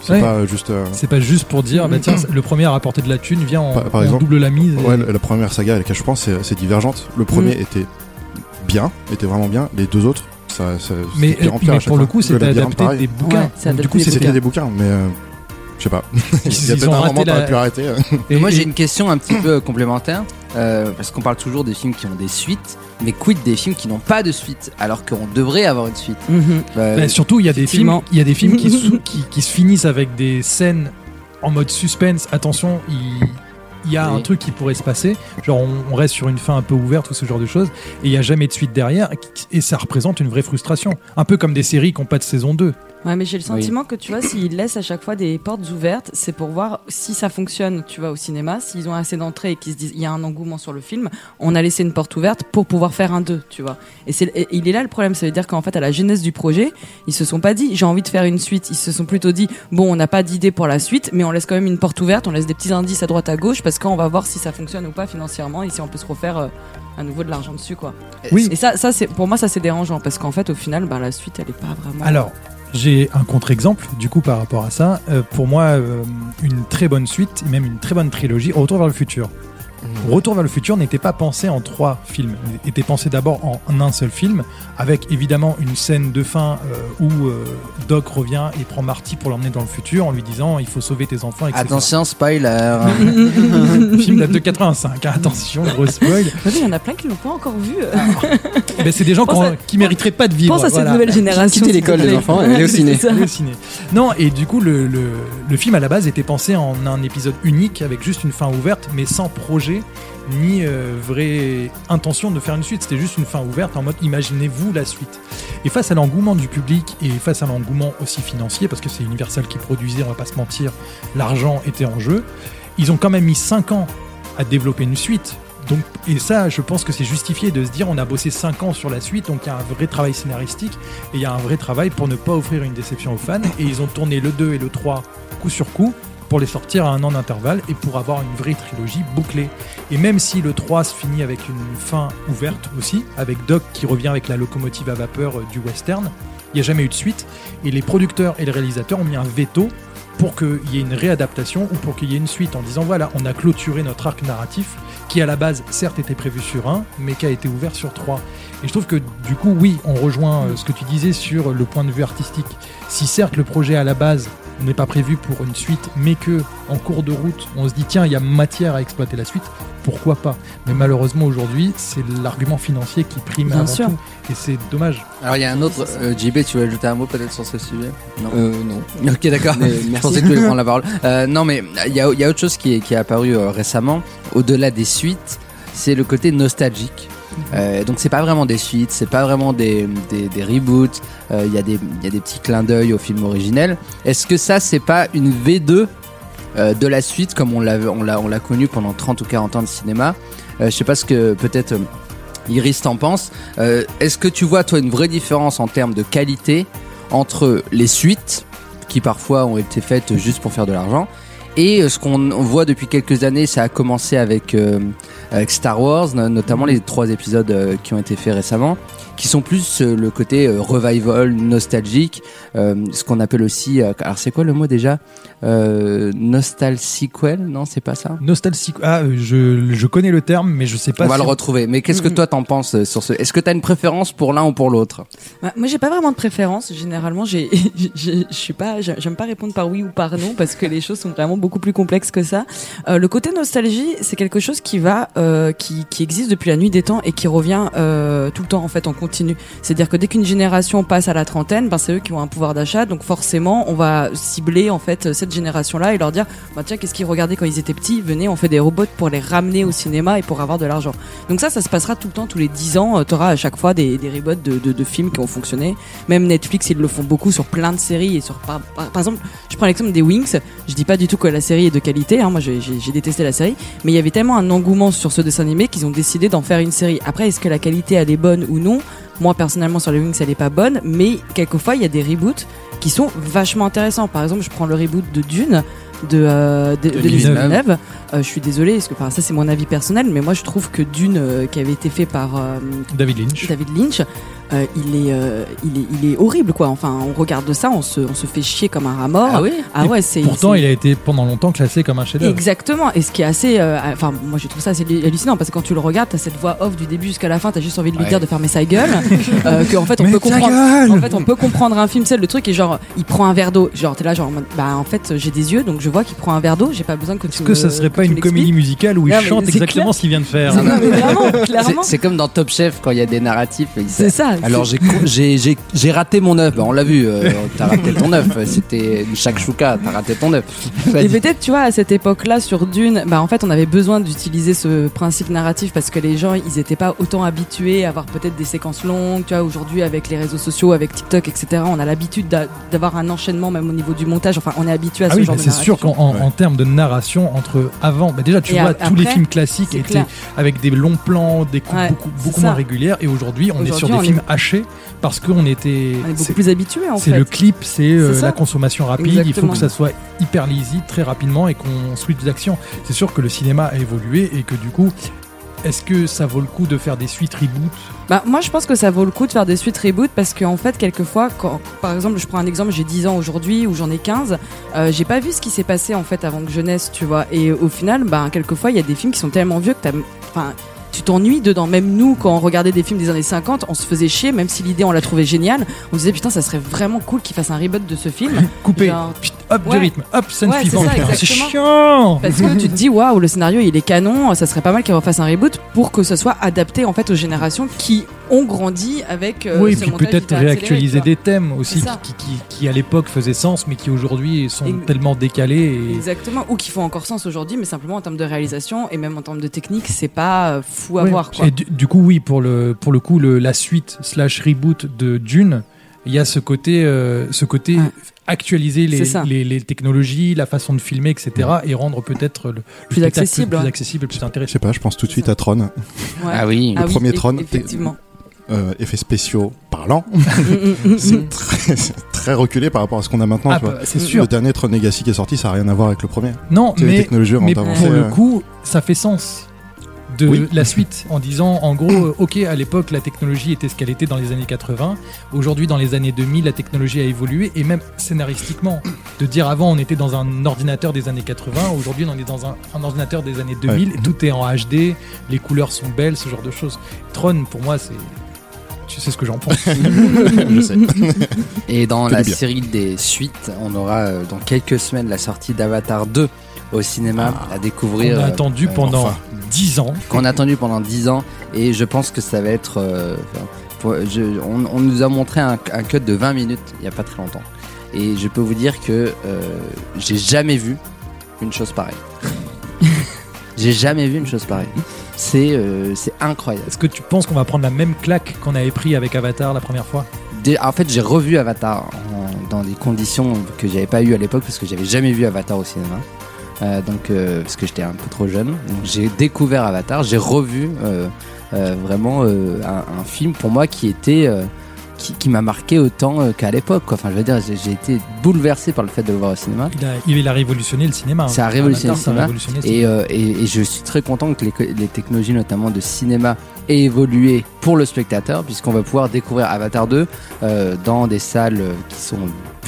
C'est Ouais. pas euh, juste... euh, C'est pas juste pour dire, bah, tiens, le premier à rapporter de la thune, viens, on, Par- par on exemple, double la mise. et- Ouais, la la première saga à laquelle je pense, c'est, c'est Divergente. Le premier Mm. était bien, était vraiment bien. Les deux autres, ça, ça mais, euh, c'était pire en pire à mais chaque pour le fois. coup, c'était labyrinthe, adapté pareil. des bouquins. Ouais, c'est Donc, du adapté coup, des c'était C'était des bouquins, mais euh, je sais pas. Il y a Ils peut-être ont un moment raté t'aurais la- pu arrêter. euh. Et Et moi et- j'ai une question un petit peu complémentaire, euh, parce qu'on parle toujours des films qui ont des suites, mais quid des films qui n'ont pas de suite, alors qu'on devrait avoir une suite Mhm. Euh, Bah, surtout, il y a des films, effectivement. il y a des films qui, sou- qui, qui se finissent avec des scènes en mode suspense. Attention, il, il y a un Oui. truc qui pourrait se passer. Genre, on, on reste sur une fin un peu ouverte ou ce genre de choses. Et il n'y a jamais de suite derrière. Et ça représente une vraie frustration. Un peu comme des séries qui n'ont pas de saison 2. Ouais, mais j'ai le sentiment que tu vois, s'ils laissent à chaque fois des portes ouvertes, c'est pour voir si ça fonctionne, tu vois, au cinéma, s'ils ont assez d'entrées et qu'ils se disent, il y a un engouement sur le film, on a laissé une porte ouverte pour pouvoir faire un 2, tu vois. Et, c'est, et il est là le problème, ça veut dire qu'en fait, à la genèse du projet, ils se sont pas dit, j'ai envie de faire une suite, ils se sont plutôt dit, bon, on n'a pas d'idée pour la suite, mais on laisse quand même une porte ouverte, on laisse des petits indices à droite à gauche, parce qu'on va voir si ça fonctionne ou pas financièrement et si on peut se refaire euh, à nouveau de l'argent dessus, quoi. Oui. Et ça, ça c'est, pour moi, ça c'est dérangeant, parce qu'en fait, au final, bah, la suite, elle est pas vraiment. Alors, j'ai un contre-exemple, du coup, par rapport à ça. Euh, pour moi, euh, une très bonne suite, et même une très bonne trilogie, Retour vers le futur. Mmh. Retour vers le futur n'était pas pensé en trois films, Il était pensé d'abord en, en un seul film, avec évidemment une scène de fin euh, où euh, Doc revient et prend Marty pour l'emmener dans le futur en lui disant il faut sauver tes enfants, etc. Attention spoiler Film date de 85, hein, attention, gros spoil. Bah Il y en a plein qui l'ont pas encore vu. Mais c'est des gens Pense qu'on- à- qui mériteraient pas de vivre. Pense à cette voilà. nouvelle génération. Quittez l'école, s'il vous les plaît. enfants, et allez au ciné. C'est ça. Le ciné. Non, et du coup, le, le- le film à la base était pensé en un épisode unique avec juste une fin ouverte, mais sans projet ni euh, vraie intention de faire une suite. C'était juste une fin ouverte en mode imaginez-vous la suite. Et face à l'engouement du public et face à l'engouement aussi financier, parce que c'est Universal qui produisait, on va pas se mentir, l'argent était en jeu, ils ont quand même mis 5 ans à développer une suite. Donc, et ça, je pense que c'est justifié de se dire on a bossé 5 ans sur la suite, donc il y a un vrai travail scénaristique et il y a un vrai travail pour ne pas offrir une déception aux fans. Et ils ont tourné le 2 et le 3 coup sur coup pour les sortir à un an d'intervalle et pour avoir une vraie trilogie bouclée. Et même si le 3 se finit avec une fin ouverte aussi, avec Doc qui revient avec la locomotive à vapeur euh, du western, il n'y a jamais eu de suite. Et les producteurs et les réalisateurs ont mis un veto pour qu'il y ait une réadaptation ou pour qu'il y ait une suite en disant voilà, on a clôturé notre arc narratif qui à la base certes était prévu sur 1 mais qui a été ouvert sur 3. Et je trouve que du coup oui, on rejoint euh, ce que tu disais sur le point de vue artistique. Si certes le projet à la base n'est pas prévu pour une suite mais que en cours de route, on se dit tiens, il y a matière à exploiter la suite, pourquoi pas Mais malheureusement aujourd'hui, c'est l'argument financier qui prime Bien avant sûr. tout et c'est dommage. Alors il y a un autre, euh, JB, tu veux ajouter un mot peut-être sur ce sujet Non. Euh, non. Ok, d'accord. Mais Je merci. pensais que tu voulais prendre la parole. Euh, non, mais il y a, il y a autre chose qui est, qui est apparue euh, récemment, au-delà des suites, c'est le côté nostalgique. Mhm. Euh, donc c'est pas vraiment des suites, c'est pas vraiment des, des, des reboots, Euh, il y, a des- il y a des petits clins d'œil au film originel. Est-ce que ça c'est pas une V2 euh, de la suite comme on l'a on l'a on l'a connu pendant 30 ou 40 ans de cinéma Euh, Je sais pas ce que peut-être euh, Iris t'en pense. Euh, Est-ce que tu vois toi une vraie différence en termes de qualité entre les suites qui parfois ont été faites juste pour faire de l'argent et euh, ce qu'on on voit depuis quelques années, ça a commencé avec, euh, avec Star Wars, no- notamment les trois épisodes euh, qui ont été faits récemment, qui sont plus euh, le côté euh, revival, nostalgique, euh, ce qu'on appelle aussi... euh, alors c'est quoi le mot déjà euh, Nostal sequel Non, c'est pas ça Nostalgique. Ah, euh, je, je connais le terme mais je sais pas on va si- le retrouver. Mais qu'est-ce que toi t'en penses euh, sur ce Est-ce que t'as une préférence pour l'un ou pour l'autre Bah, moi, j'ai pas vraiment de préférence. Généralement, j'ai, j'ai- je suis pas, j'ai- j'aime pas répondre par oui ou par non parce que les choses sont vraiment beaucoup plus complexes que ça. Euh, le côté nostalgie, c'est quelque chose qui va, euh, qui, qui existe depuis la nuit des temps et qui revient euh, tout le temps en fait en continu. C'est-à-dire que dès qu'une génération passe à la trentaine, ben c'est eux qui ont un pouvoir d'achat, donc forcément, on va cibler en fait cette génération-là et leur dire, bah tiens, qu'est-ce qu'ils regardaient quand ils étaient petits Venez, on fait des robots pour les ramener au cinéma et pour avoir de l'argent. Donc ça, ça se passera tout le temps, tous les 10 ans, tu auras à chaque fois des, des reboots de, de, de films qui ont fonctionné. Même Netflix, ils le font beaucoup sur plein de séries et sur par, par, par exemple, je prends l'exemple des Wings. Je dis pas du tout que la série est de qualité. Hein, moi, j'ai j'ai- j'ai détesté la série, mais il y avait tellement un engouement sur ce dessin animé qu'ils ont décidé d'en faire une série. Après, est-ce que la qualité elle est bonne ou non Moi, personnellement, sur les Wings, elle est pas bonne, mais quelquefois, il y a des reboots qui sont vachement intéressants. Par exemple, je prends le reboot de Dune de, euh, de, de Villeneuve. Villeneuve. Euh, je suis désolée, parce que enfin, ça c'est mon avis personnel, mais moi je trouve que Dune, euh, qui avait été fait par euh, David Lynch. David Lynch, euh, il, est, euh, il est, il est horrible quoi. Enfin, on regarde ça, on se, on se fait chier comme un rat mort. oui Ah ouais, c'est Pourtant, c'est- il a été pendant longtemps classé comme un chef-d'œuvre. Exactement, et ce qui est assez. euh, Enfin, moi je trouve ça assez hallucinant parce que quand tu le regardes, t'as cette voix off du début jusqu'à la fin, t'as juste envie de lui Ouais. dire de fermer sa gueule. euh, que en fait on peut comprendre. En fait, on peut comprendre un film, c'est le truc, et genre, il prend un verre d'eau. Genre, t'es là, genre, en mode, bah en fait, j'ai des yeux, donc je vois qu'il prend un verre d'eau, j'ai pas besoin que tu Est-ce me- que ça serait que pas tu une hein m'expliques. comédie musicale où il Non, mais chante c'est exactement clair. ce qu'il vient de faire Non, mais vraiment, C'est- clairement. C'est comme dans Top Chef quand il y a des narratifs. ils- C'est ça. Alors j'ai con- j'ai j'ai- j'ai raté mon œuf. Bah, on l'a vu, euh, t'as raté ton œuf. C'était une shakshuka, t'as raté ton œuf. Et Vas-y. peut-être, tu vois, à cette époque-là, sur Dune, bah, en fait, on avait besoin d'utiliser ce principe narratif parce que les gens, ils étaient pas autant habitués à avoir peut-être des séquences longues. Tu vois, aujourd'hui, avec les réseaux sociaux, avec TikTok, etc., on a l'habitude d'a- d'avoir un enchaînement, même au niveau du montage. Enfin, on est habitué à Ah ce oui, genre mais de c'est sûr qu'en en- en termes de narration entre avant, bah déjà tu Et vois a- tous les après, films classiques c'est étaient clair. avec des longs plans, des coupes Ouais, beaucoup, c'est beaucoup ça. moins régulières, et aujourd'hui on est Aujourd'hui, sur des on est- films hachés parce qu'on était. On est beaucoup c'est- plus habitué, en C'est fait. le clip, c'est euh, C'est ça. la consommation rapide. Il faut Exactement. que ça soit hyper lisible très rapidement et qu'on switch d'action. C'est sûr que le cinéma a évolué et que du coup, est-ce que ça vaut le coup de faire des suites reboot Bah, moi, je pense que ça vaut le coup de faire des suites reboot parce qu'en fait, quelquefois, quand, par exemple, je prends un exemple, j'ai 10 ans aujourd'hui ou j'en ai 15, euh, j'ai pas vu ce qui s'est passé en fait avant que je naisse, tu vois. Et au final, bah, quelquefois, il y a des films qui sont tellement vieux que t'as. Enfin, tu t'ennuies dedans. Même nous, quand on regardait des films des années 50, on se faisait chier, même si l'idée on la trouvait géniale. On se disait putain, ça serait vraiment cool qu'ils fassent un reboot de ce film. Coupé, Genre- Pchit, hop Ouais. du rythme, hop scène Ouais, c'est suivante. ça, Putain, C'est exactement. chiant. Parce que tu te dis, waouh, le scénario il est canon, ça serait pas mal qu'ils refassent un reboot pour que ce soit adapté en fait aux générations qui ont grandi avec. euh, oui, et ce puis montage peut-être hyper accéléré, tu réactualiser vois. des thèmes aussi C'est ça. qui, qui, qui- qui, à l'époque faisaient sens, mais qui aujourd'hui sont Et- tellement décalés. Et... Exactement, ou qui font encore sens aujourd'hui, mais simplement en termes de réalisation et même en termes de technique, c'est pas euh, fou à Ouais. voir. Quoi. Et du, du coup, oui, pour le, pour le coup, le- la suite slash reboot de Dune, il y a ce côté, euh, ce côté Ouais. actualiser les, C'est ça. les, les technologies, la façon de filmer, etc., et rendre peut-être le, le Plus spectacle accessible, plus, ouais. accessible, plus Je sais intéressant. pas, je pense tout de suite à Tron. Ouais. Ah oui. Ah oui, premier eff- Tron, Effectivement. Euh, effets spéciaux parlants. Mm, mm, mm, mm. C'est très, c'est très reculé par rapport à ce qu'on a maintenant. Ah, tu vois. bah, c'est sûr. Le dernier Tron Legacy qui est sorti, ça n'a rien à voir avec le premier. Non, C'est les mais, technologies ont mais pour avancé, le euh. coup, ça fait sens de Oui. la suite en disant en gros euh, ok à l'époque la technologie était ce qu'elle était dans les années 80 aujourd'hui dans les années 2000 la technologie a évolué et même scénaristiquement de dire avant on était dans un ordinateur des années 80 aujourd'hui on est dans un, un ordinateur des années 2000 et tout est en HD les couleurs sont belles ce genre de choses Tron pour moi c'est tu sais ce que j'en pense Je sais. Et dans Que la du bien. série des suites, on aura euh, dans quelques semaines la sortie d'Avatar 2 au cinéma à découvrir. on a euh, attendu euh, pendant enfin. 10 ans qu'on a attendu pendant 10 ans et je pense que ça va être euh, enfin, pour- je- on, on nous a montré un, un cut de 20 minutes il y a pas très longtemps et je peux vous dire que euh, j'ai jamais vu une chose pareille j'ai jamais vu une chose pareille c'est euh, c'est incroyable est-ce que tu penses qu'on va prendre la même claque qu'on avait pris avec Avatar la première fois Dé- en fait j'ai revu Avatar en- dans des conditions que j'avais pas eu à l'époque parce que j'avais jamais vu Avatar au cinéma Euh, donc euh, parce que j'étais un peu trop jeune donc j'ai découvert Avatar j'ai revu euh, euh, vraiment euh, un, un film pour moi qui était euh, qui, qui m'a marqué autant euh, qu'à l'époque quoi. enfin je veux dire j'ai j'ai été bouleversé par le fait de le voir au cinéma Il a, il a révolutionné le cinéma. Ça a hein. révolutionné Avatar, le ça a cinéma. révolutionné le Et, euh, et- et je suis très content que les, co- les technologies, notamment de cinéma, aient évolué pour le spectateur, puisqu'on va pouvoir découvrir Avatar 2 euh, dans des salles euh, qui sont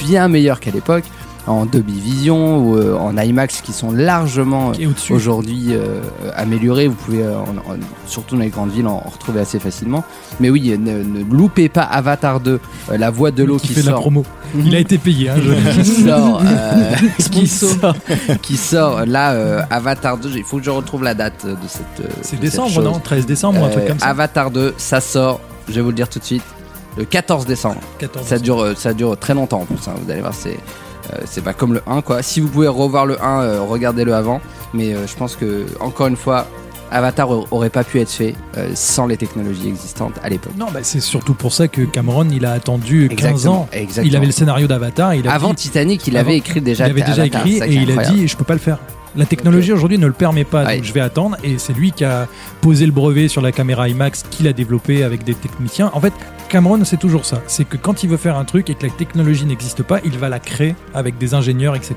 bien meilleures qu'à l'époque, en Dolby Vision ou euh, en IMAX, qui sont largement euh, cinéma. Et au-dessus. aujourd'hui euh, améliorées. Vous pouvez, euh, en- en- surtout dans les grandes villes, en, en retrouver assez facilement. Mais oui, euh, ne, ne loupez pas Avatar 2, euh, la voix de l'eau qui, qui, fait de la sort. Mhm. promo. Il a été payé. hein, je- qui sort, euh, qui Sponsor. sort qui sort euh, là euh, Avatar 2 il faut que je retrouve la date euh, de cette euh, C'est de décembre, cette non chose. 13 décembre, ou un truc Euh, comme ça. Avatar 2 ça sort je vais vous le dire tout de suite le 14 décembre 14. ah, ça dure euh, ça dure très longtemps en plus hein, vous allez voir c'est euh, c'est pas comme le 1 quoi si vous pouvez revoir le 1 euh, regardez-le avant mais euh, je pense que encore une fois Avatar a- aurait pas pu être fait euh, sans les technologies existantes à l'époque Non, bah, c'est sururtout pour ça que Cameron, il a attendu 15 ans. exactement Il avait le scénario d'avatar. Il a avant dit- Titanic il avait avant- écrit déjà il avait déjà Avatar, écrit ça et qui est il a incroyable. euh, dit je peux pas le faire. La technologie aujourd'hui ne le permet pas, Ouais. donc je vais attendre. Et c'est lui qui a posé le brevet sur la caméra IMAX qu'il a développé avec des techniciens. En fait, Cameron, c'est toujours ça. C'est que quand il veut faire un truc et que la technologie n'existe pas, il va la créer avec des ingénieurs, etc.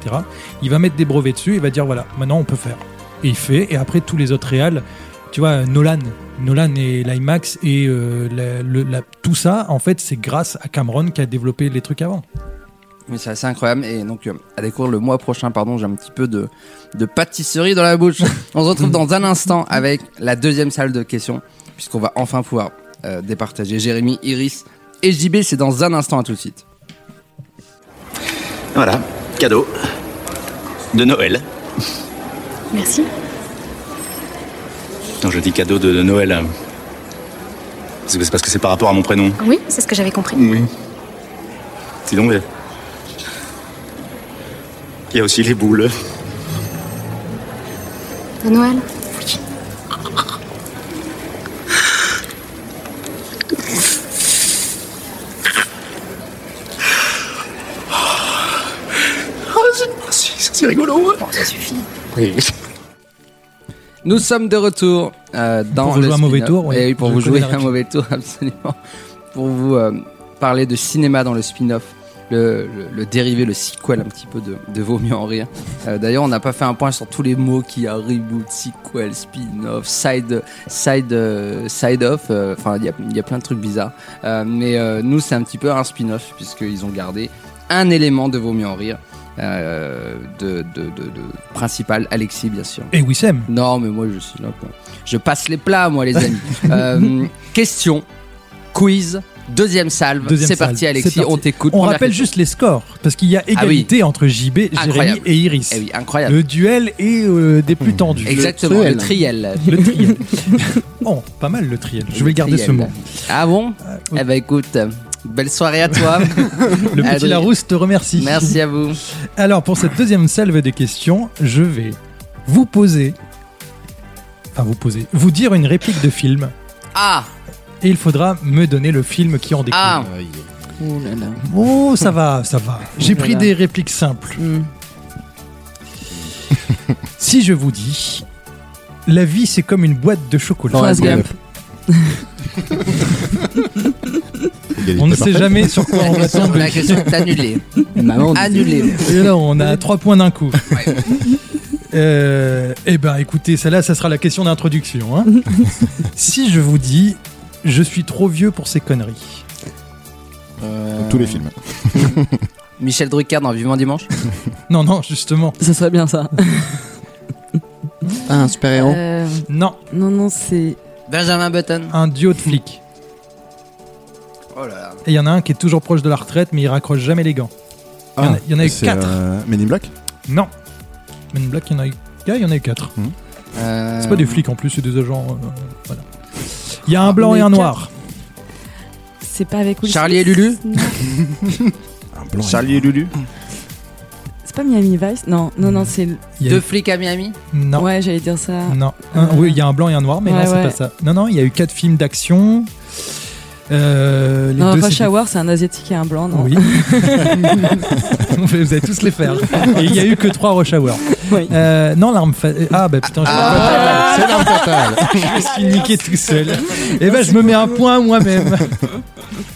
Il va mettre des brevets dessus, il va dire voilà, maintenant on peut faire. Et il fait. Et après, tous les autres réals, tu vois, Nolan, Nolan et l'IMAX et euh, la- le- la- tout ça, en fait, c'est grâce à Cameron qui a développé les trucs avant. Mais c'est assez incroyable. Et donc, euh, à découvrir le mois prochain, pardon, j'ai un petit peu de, de pâtisserie dans la bouche. On se retrouve dans un instant avec la deuxième salle de questions, puisqu'on va enfin pouvoir euh, départager Jérémy, Iris et JB. C'est dans un instant, à tout de suite. Voilà, cadeau. De Noël. Merci. Non, je dis cadeau de, de Noël. euh, parce que- Parce que c'est par rapport à mon prénom. Oui, c'est ce que j'avais compris. Oui. Sinon, euh, il y a aussi les boules. De Noël C'est rigolo. ça suffit. Oui. Nous sommes de retour euh, dans Pour vous le jouer un mauvais spin-off. tour, oui. Et oui, pour Je vous connais jouer la un réplique. mauvais tour, absolument. Pour vous euh, parler de cinéma dans le spin-off, le, le- le dérivé, le sequel un petit peu de, de Vaut mieux en rire. Euh, D'ailleurs, on n'a pas fait un point sur tous les mots qu'il y a reboot, sequel, spin-off, side, side, euh, side off. euh, Enfin, il y a, il y a plein de trucs bizarres. Euh, mais euh, nous, c'est un petit peu un spin-off puisqu'ils ont gardé un élément de Vaut mieux en rire. euh, de, de, de, de principal Alexis bien sûr Et Wissem, non, mais moi je suis là. pour- Je passe les plats, moi, les amis. Euh, question, quiz, deuxième salve. Deuxième c'est salve, parti, c'est Alexis, parti. on t'écoute. On Première rappelle question. juste les scores, parce qu'il y a égalité entre JB, Jérémy Ah Incroyable. et Iris. Eh oui, incroyable. Mmh. Le duel est euh, des plus tendus. Exactement, le le triel. Le triel. bon, pas mal le triel. Je vais Le garder ce triel. mot. Ah bon oui. Eh ben écoute, euh, belle soirée à toi. Le petit Adrien. Larousse te remercie. Merci à vous. Alors, pour cette deuxième salve de questions, je vais vous poser. Enfin, vous poser. Vous dire une réplique de film. Ah, Et il faudra me donner le film qui en découle. ah. Oh, ça va, ça va. J'ai pris Voilà. des répliques simples. Hmm. Si je vous dis, la vie c'est comme une boîte de chocolat. Forrest Gump. l'égalité. On ne sait jamais sur quoi on va tomber. La question est annulée. Maman, dit- Annulée. Et là, on a trois points d'un coup. Euh, eh ben, écoutez, celle-là, ça sera la question d'introduction. hein. si je vous dis, je suis trop vieux pour ces conneries. Euh, Tous les films. Michel Drucker dans Vivement Dimanche. Non, non, justement. Ce serait bien ça. Ah, un super héros. Euh, Non, non, non, c'est. Benjamin Button. un duo de flics. Oh là là. Et il y en a un qui est toujours proche de la retraite, mais il raccroche jamais les gants. Il y en a- il y en a eu c'est, quatre. euh, Men in Black Non. Men in Black, il y en a eu, Ah, il y en a eu quatre. Euh, C'est pas des flics en plus, c'est des agents. euh, voilà. Il y a un blanc Ah, mais et un quatre. noir. C'est pas avec Will Charlie Smith, et Lulu non. Un blanc. Charlie et Lulu. C'est pas Miami Vice Non, non, non, c'est. Il y a Deux eu- flics à Miami. Non. Ouais, j'allais dire ça. Non. Un- oui, il y a un blanc et un noir, mais Ouais, non, c'est ouais. pas ça. Non, non, il y a eu quatre films d'action. Euh, les Non, deux, Rush c'est des- Hour, c'est un asiatique et un blanc, non Oui. Vous allez tous les faire. Et il y a eu que trois Rush Hour. Oui. Euh, non, l'arme. fa- Ah, bah putain, je C'est l'arme fatale. me suis niqué tout seul. Et ben, je me mets un point moi-même.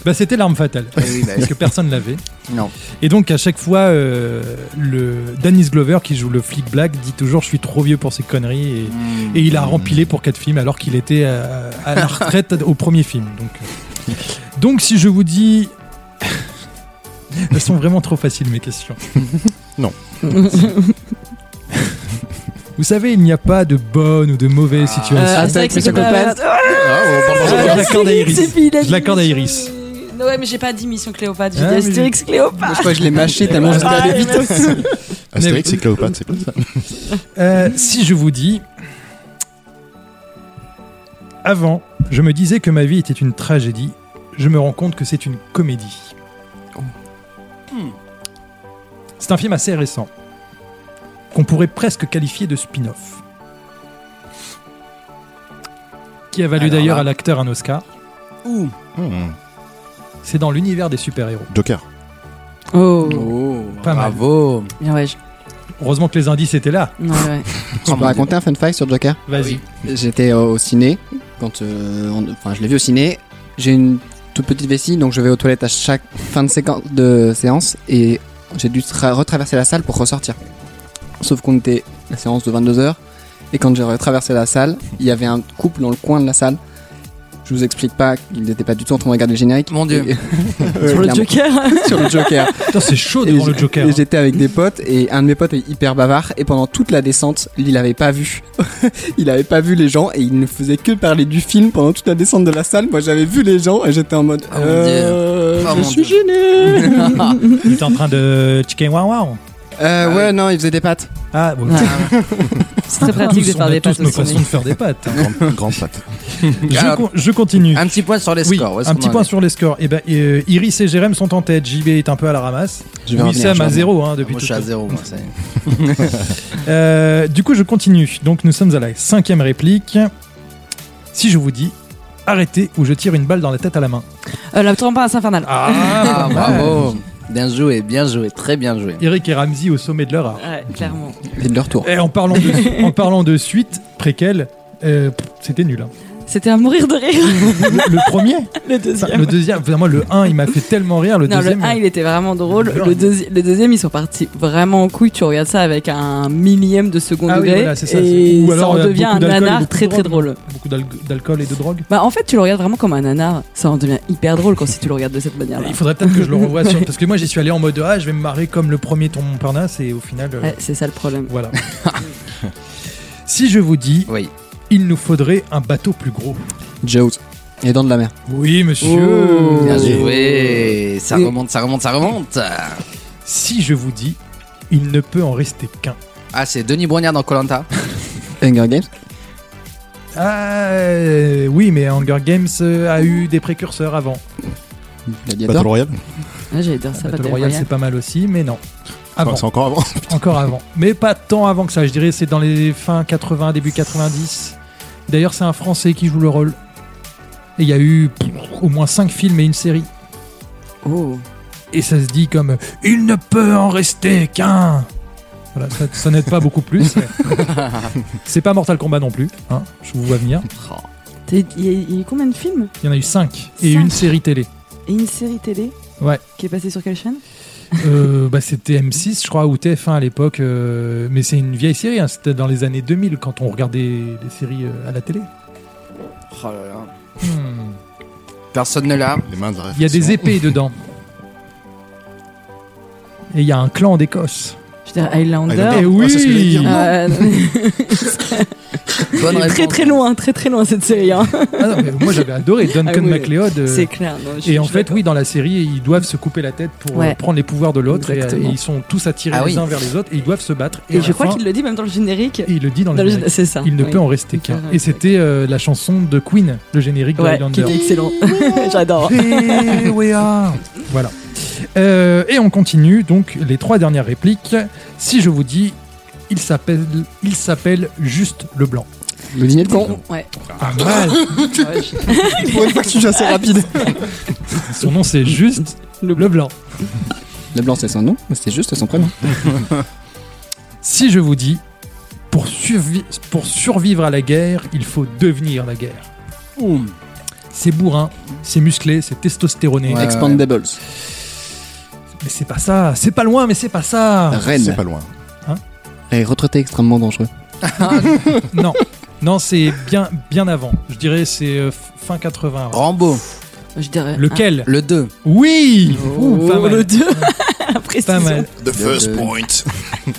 Bah, c'était l'arme fatale. Parce que personne l'avait. Non. Et donc, à chaque fois, euh, le Dennis Glover, qui joue le flic black, dit toujours Je suis trop vieux pour ces conneries. Et, et il a rempilé pour quatre films alors qu'il était euh, à la retraite au premier film. Donc, euh. donc si je vous dis. Elles sont vraiment trop faciles, mes questions. Non. Vous savez, il n'y a pas de bonne ou de mauvaise Ah. situation. Euh, Astérix, Astérix, Mécopates. Mécopates. Ah, je l'accorde à Iris. c'est fini, Je l'accorde à Iris. Euh, Non, ouais, mais j'ai pas dit Mission Cléopâtre, j'ai Ah, dit mais Astérix Je Cléopâtre. Ah, crois que je l'ai mâché tellement j'étais Ah, allé vite. Astérix et Cléopâtre, c'est pas ça. Euh, si je vous dis. Avant, je me disais que ma vie était une tragédie. Je me rends compte que c'est une comédie. Hmm. C'est un film assez récent. Qu'on pourrait presque qualifier de spin-off. Qui a valu Alors d'ailleurs là. à l'acteur un Oscar. Ouh. Hmm. C'est dans l'univers des super-héros. Joker. Oh, Oh, Pas mal. bravo. bien ouais. je- Heureusement que les indices étaient là. Non, ouais. Je Oh, peux raconter un fun fact sur Joker Vas-y. J'étais euh, au ciné, quand, euh, on- enfin je l'ai vu au ciné, j'ai une toute petite vessie, donc je vais aux toilettes à chaque fin de, séquence, de séance et j'ai dû tra- retraverser la salle pour ressortir. Sauf qu'on était la séance de 22h et quand j'ai retraversé la salle, il y avait un couple dans le coin de la salle. Je vous explique pas, ils n'étaient pas du tout en train de regarder le générique. Mon Dieu. Et- Sur le Clairement. Joker. Sur le Joker. Putain, c'est chaud Et devant le j'ai- Joker. hein. et j'étais avec des potes et un de mes potes est hyper bavard et pendant toute la descente, il avait pas vu. il avait pas vu les gens et il ne faisait que parler du film pendant toute la descente de la salle. Moi, j'avais vu les gens et j'étais en mode Oh mon euh, Dieu. Oh je mon suis Dieu. gêné. Il était en train de chicken wow wow. Euh, Ah ouais, non, il faisait des pattes. Ah, bon. Ouais. C'est très pratique Tous, Ah, de on faire a des tous pâtes nos au façons de ciné. faire des pâtes. Grande, grande patte. je, Alors, con- je continue. Ah, Un petit point sur les Oui, scores. Où est-ce un qu'on petit en point est sur les scores. Eh ben, euh, Iris et Jérém sont en tête. JB est un peu à la ramasse. Je Oui, revenir, Sam je à reviens. zéro hein, depuis Moi, je suis tout à à l'heure. zéro. moi, ça y est. Euh, Du coup, je continue. Donc, nous sommes à la cinquième réplique. Si je vous dis arrêtez ou je tire une balle dans la tête à la main. Euh, La trompe infernale. Ah, bravo. Bien joué, bien joué, très bien joué. Eric et Ramsey au sommet de leur art. Ouais, clairement. Et de leur tour. Et en parlant de, en parlant de suite, préquel, euh, pff, c'était nul. hein. C'était à mourir de rire, Le, le premier le Enfin, deuxième. Le deuxième, vraiment, le 1, il m'a fait tellement rire. Le non, deuxième. le 1 il était vraiment drôle. Dur. Le, deuxi- le deuxième, ils sont partis vraiment en couille. Tu regardes ça avec un millième de seconde Ah oui, degré voilà, c'est ça, c'est- et ou ça alors, en il y a devient beaucoup un d'alcool et nanar beaucoup de très très drogue. drôle. Beaucoup d'alg- d'alcool et de drogue. Bah en fait, tu le regardes vraiment comme un nanar. Ça en devient hyper drôle quand si tu le regardes de cette manière-là. Il faudrait peut-être que je le revoie sur... parce que moi j'y suis allé en mode ah je vais me marrer comme le premier ton Montparnasse et au final euh, Ouais, c'est ça le problème. voilà. si je vous dis Oui. il nous faudrait un bateau plus gros. Jaws. Les dents de la mer. Oui Oh. Bien monsieur. joué. Ça Et- remonte, ça remonte, ça remonte. Si je vous dis il ne peut en rester qu'un. Ah, c'est Denis Brognard dans Colanta. Hunger Games. Ah euh, oui mais Hunger Games euh, a eu des précurseurs avant. Battle Gladiator. Royale Ouais, J'allais dire ça, Battle Royale c'est pas mal aussi mais non. Avant, Enfin, C'est encore avant. encore avant. Mais pas tant avant que ça, je dirais c'est dans les fins 80, début 90. D'ailleurs, c'est un Français qui joue le rôle. Et il y a eu pff, au moins 5 films et une série. Oh. et ça se dit comme il ne peut en rester qu'un. Voilà, ça, ça n'aide pas beaucoup plus. C'est pas Mortal Kombat non plus, hein, je vous vois venir. T'es- Il y, a- il y a eu combien de films Il y en a eu 5 et Cinq. une série télé. Et une série télé Ouais. Qui est passée sur quelle chaîne Euh, bah, c'était M6, je crois, ou TF1 à l'époque. euh, mais c'est une vieille série. hein, C'était dans les années 2000 quand on regardait des séries euh, à la télé. Oh là là. Hmm. Personne ne l'a. Les mains de la Il y a des réflexion. épées dedans. Et il y a un clan d'Écosse. Je veux dire, Highlander. Et oui Ah, c'est ce que j'allais dire. Eh Euh, Bonne réponse. très très loin, très très loin cette série. hein. Ah non, mais moi j'avais adoré Duncan Ah oui. MacLeod. euh, C'est clair. non, je- Et en je- fait, oui, dans la série, ils doivent se couper la tête pour Ouais. euh, prendre les pouvoirs de l'autre. Et, euh, Exactement. et ils sont tous attirés Ah les oui. uns vers les autres. Et ils doivent se battre. Et à je la crois fin, qu'il le dit même dans le générique. il le dit dans le Dans le générique. générique, C'est ça. Il ne oui. peut en rester qu'un. Ouais, ouais. Et c'était euh, la chanson de Queen, le générique de Ouais, qui Highlander. est excellent. J'adore. Here we are. Voilà. Euh, et on continue donc les trois dernières répliques. Si je vous dis, il s'appelle, il s'appelle juste le blanc. Le dîner de con. Bon, ouais. Pas mal. Pour une fois que tu assez rapide. Son nom c'est juste le blanc. Le blanc, c'est son nom, mais c'est juste son prénom. Si je vous dis, pour, survi- pour survivre à la guerre, il faut devenir la guerre. C'est bourrin, c'est musclé, c'est testostéroné. Ouais. Expandables. Mais c'est pas ça, c'est pas loin, mais c'est pas ça. C'est Rennes. pas loin. Et retraité extrêmement dangereux. Non, non, c'est bien, bien avant. Je dirais c'est euh, fin 80. Rambo, Je dirais. Lequel le 2. Oui Ouh, Pas Oh, le mal, 2 Après pas mal, The first point.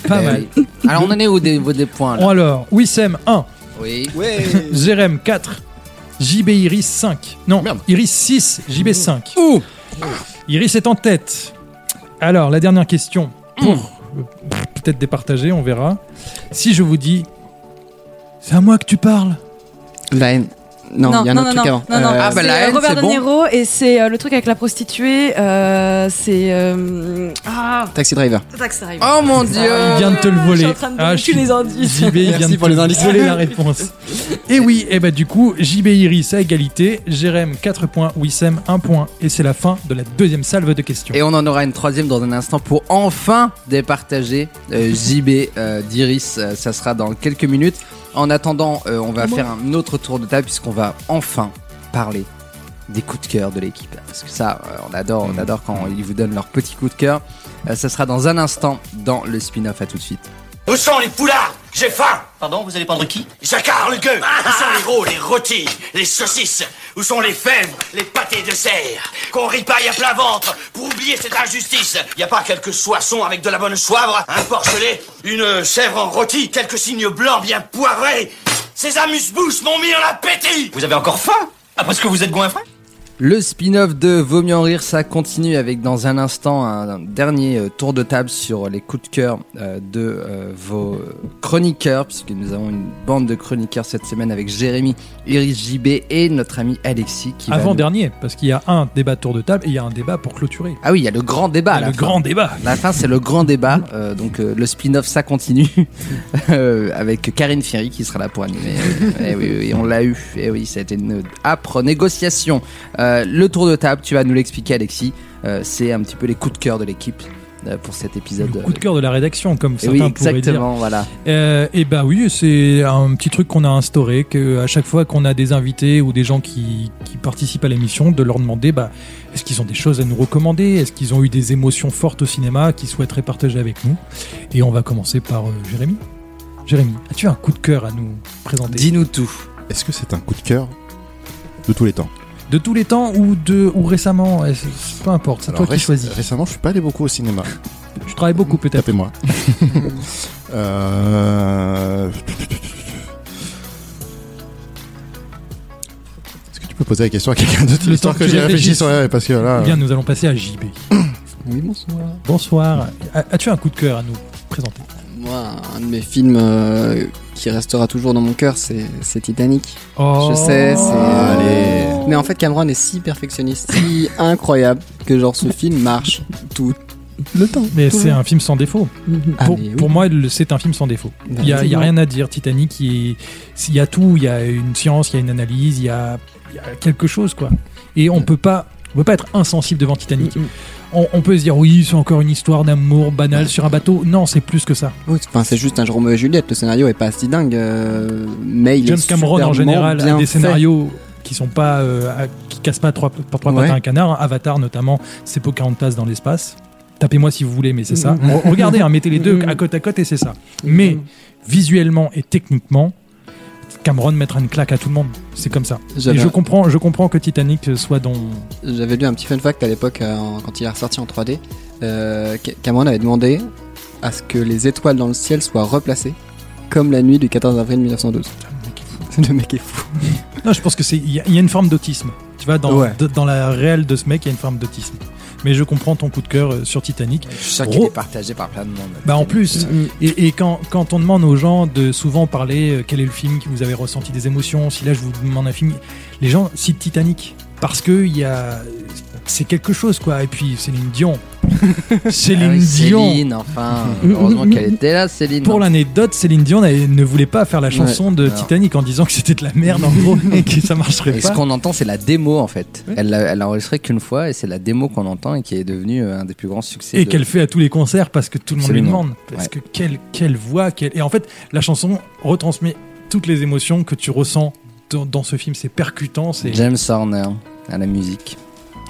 pas Eh mal. oui. Alors on en est où des, au des points là Alors, Wissem 1, Oui. Jerem 4, JB Iris 5. Non, Merde. Iris 6, JB 5. Ouh. Iris est en tête. Alors, la dernière question pour Mmh. euh, peut-être départager, on verra. Si je vous dis, c'est à moi que tu parles. La haine. Non, il y a un autre truc avant. non, non. Euh, Ah bah C'est, la euh, haine, Robert c'est De bon. Niro et c'est euh, le truc avec la prostituée. euh, c'est. euh, Ah Taxi Driver. Tax Drive. Oh mon Ah, dieu. Il vient de te le Je suis voler. en train de Ah, donner je tous suis- les indices. JB Merci vient de pour les indices. te voler la réponse. Et oui, et bah du coup, JB Iris à égalité, Jérém 4 points, Wissem 1 point, et c'est la fin de la deuxième salve de questions. Et on en aura une troisième dans un instant pour enfin départager euh, JB euh, d'Iris. Euh, ça sera dans quelques minutes. En attendant, euh, on va faire un autre tour de table puisqu'on va enfin parler des coups de cœur de l'équipe. Parce que ça, euh, on adore, on adore quand ils vous donnent leurs petits coups de cœur. Euh, ça sera dans un instant dans le spin-off. À tout de suite. Où sont les poulards J'ai faim Pardon, vous allez prendre qui Ah, Jacquard, le gueux Où sont les gros, les rôtis, les saucisses Où sont les fèvres, les pâtés de serre Qu'on ripaille à plein ventre pour oublier cette injustice Y a pas quelques soissons avec de la bonne soivre Un porcelet Une chèvre en rôti Quelques signes blancs bien poivrés Ces amuse-bouches m'ont mis en appétit Vous avez encore faim Après ce que vous êtes goinfré Le spin-off de Vaut mieux en rire, ça continue avec dans un instant un, un dernier euh, tour de table sur les coups de cœur euh, de euh, vos chroniqueurs, puisque nous avons une bande de chroniqueurs cette semaine avec Jérémy, Iris JB et notre ami Alexis qui va nous- Avant-dernier, parce qu'il y a un débat tour de table et il y a un débat pour clôturer. Ah oui, il y a le grand débat. à la le fin. grand débat. La fin, c'est le grand débat. euh, donc euh, le spin-off, ça continue euh, avec Karine Ferry qui sera là pour animer. et oui, oui, oui, on l'a eu. Et oui, ça a été une âpre négociation. Euh, le tour de table, tu vas nous l'expliquer, Alexis. Euh, c'est un petit peu les coups de cœur de l'équipe euh, pour cet Le épisode. coup de cœur de la rédaction, comme Et certains oui, pourraient dire. exactement. Voilà. Euh, et bah oui, c'est un petit truc qu'on a instauré, que à chaque fois qu'on a des invités ou des gens qui, qui participent à l'émission, de leur demander bah, est-ce qu'ils ont des choses à nous recommander, est-ce qu'ils ont eu des émotions fortes au cinéma qu'ils souhaiteraient partager avec nous. Et on va commencer par euh, Jérémy. Jérémy, as-tu un coup de cœur à nous présenter Dis-nous tout. Est-ce que c'est un coup de cœur de tous les temps De tous les temps ou, de, ou récemment eh, c'est- c'est- Peu importe, c'est toi Alors, qui réc- choisis. Récemment, je suis pas allé beaucoup au cinéma. Tu travailles beaucoup peut-être. Tapez-moi. Euh, Est-ce que tu peux poser la question à quelqu'un d'autre Le histoire temps que que tu j'ai réfléchi réfléchisses. sur elle Parce que là. Ah. Eh bien, nous allons passer à JB. Oui, bonsoir. Bonsoir. A- As-tu un coup de cœur à nous présenter Moi, un de mes films euh, qui restera toujours dans mon cœur, c'est c'est Titanic. oh. Je sais, c'est. euh, Allez. Mais en fait, Cameron est si perfectionniste, si incroyable, que genre ce film marche tout le temps. Mais Tout le c'est temps. un film sans défaut. Ah, pour, mais oui. Bah, pour moi, le- c'est un film sans défaut. Il n'y a, il y a rien à dire. Titanic, il est- il y a tout. Il y a une science, il y a une analyse, il y a, il y a quelque chose, quoi. Et on peut pas. On peut pas être insensible devant Mm. Titanic. On, on peut se dire oui, c'est encore une histoire d'amour banale sur un bateau. Non, c'est plus que ça. Oui, c'est- Enfin, c'est juste un Jérôme et Juliette. Le scénario est pas si dingue, euh, mais il James est Cameron en superment général a bien des fait. scénarios qui sont pas euh, à- qui, casse pas trois, par trois Ouais. pattes à un canard. Avatar, notamment, c'est Pocahontas dans l'espace. Tapez-moi si vous voulez, mais c'est ça. Mm. Re- Regardez, hein, mettez les deux à côte à côte et c'est ça. Mais visuellement et techniquement, Cameron mettra une claque à tout le monde. C'est comme ça. Et J'avais- je comprends, je comprends que Titanic soit dans. J'avais lu un petit fun fact à l'époque euh, en- quand il est ressorti en 3D. Euh, Ca- Cameron avait demandé à ce que les étoiles dans le ciel soient replacées, comme la nuit du 14 avril 1912. Le mec est fou. Non, je pense que c'est. Il y, a- il y a une forme d'autisme. Tu vois, dans, Ouais. d- dans la réelle de ce mec, il y a une forme d'autisme. Mais je comprends ton coup de cœur euh, sur Titanic. Je suis sûr Ro- qu'il est partagé par plein de monde. Ah Bah en plus, et, et quand, quand on demande aux gens de souvent parler euh, quel est le film que vous avez ressenti des émotions, si là je vous demande un film, les gens citent Titanic parce que il y a c'est quelque chose quoi. Et puis Céline Dion, Ah Céline oui, Dion. Céline, enfin. Heureusement qu'elle était là, Céline. Pour l'anecdote, Céline Dion elle ne voulait pas faire la chanson de Alors. Titanic en disant que c'était de la merde en gros et que ça marcherait Et ce pas. qu'on entend, c'est la démo en fait. Oui. Elle l'a elle l'a enregistrée qu'une fois et c'est la démo qu'on entend et qui est devenue euh, un des plus grands succès. Et de- qu'elle fait à tous les concerts parce que tout le monde lui Absolument. demande. Parce Ouais. que quelle, quelle voix, quelle... Et en fait, la chanson retransmet toutes les émotions que tu ressens dans, dans ce film. C'est percutant, c'est... James Horner à la musique.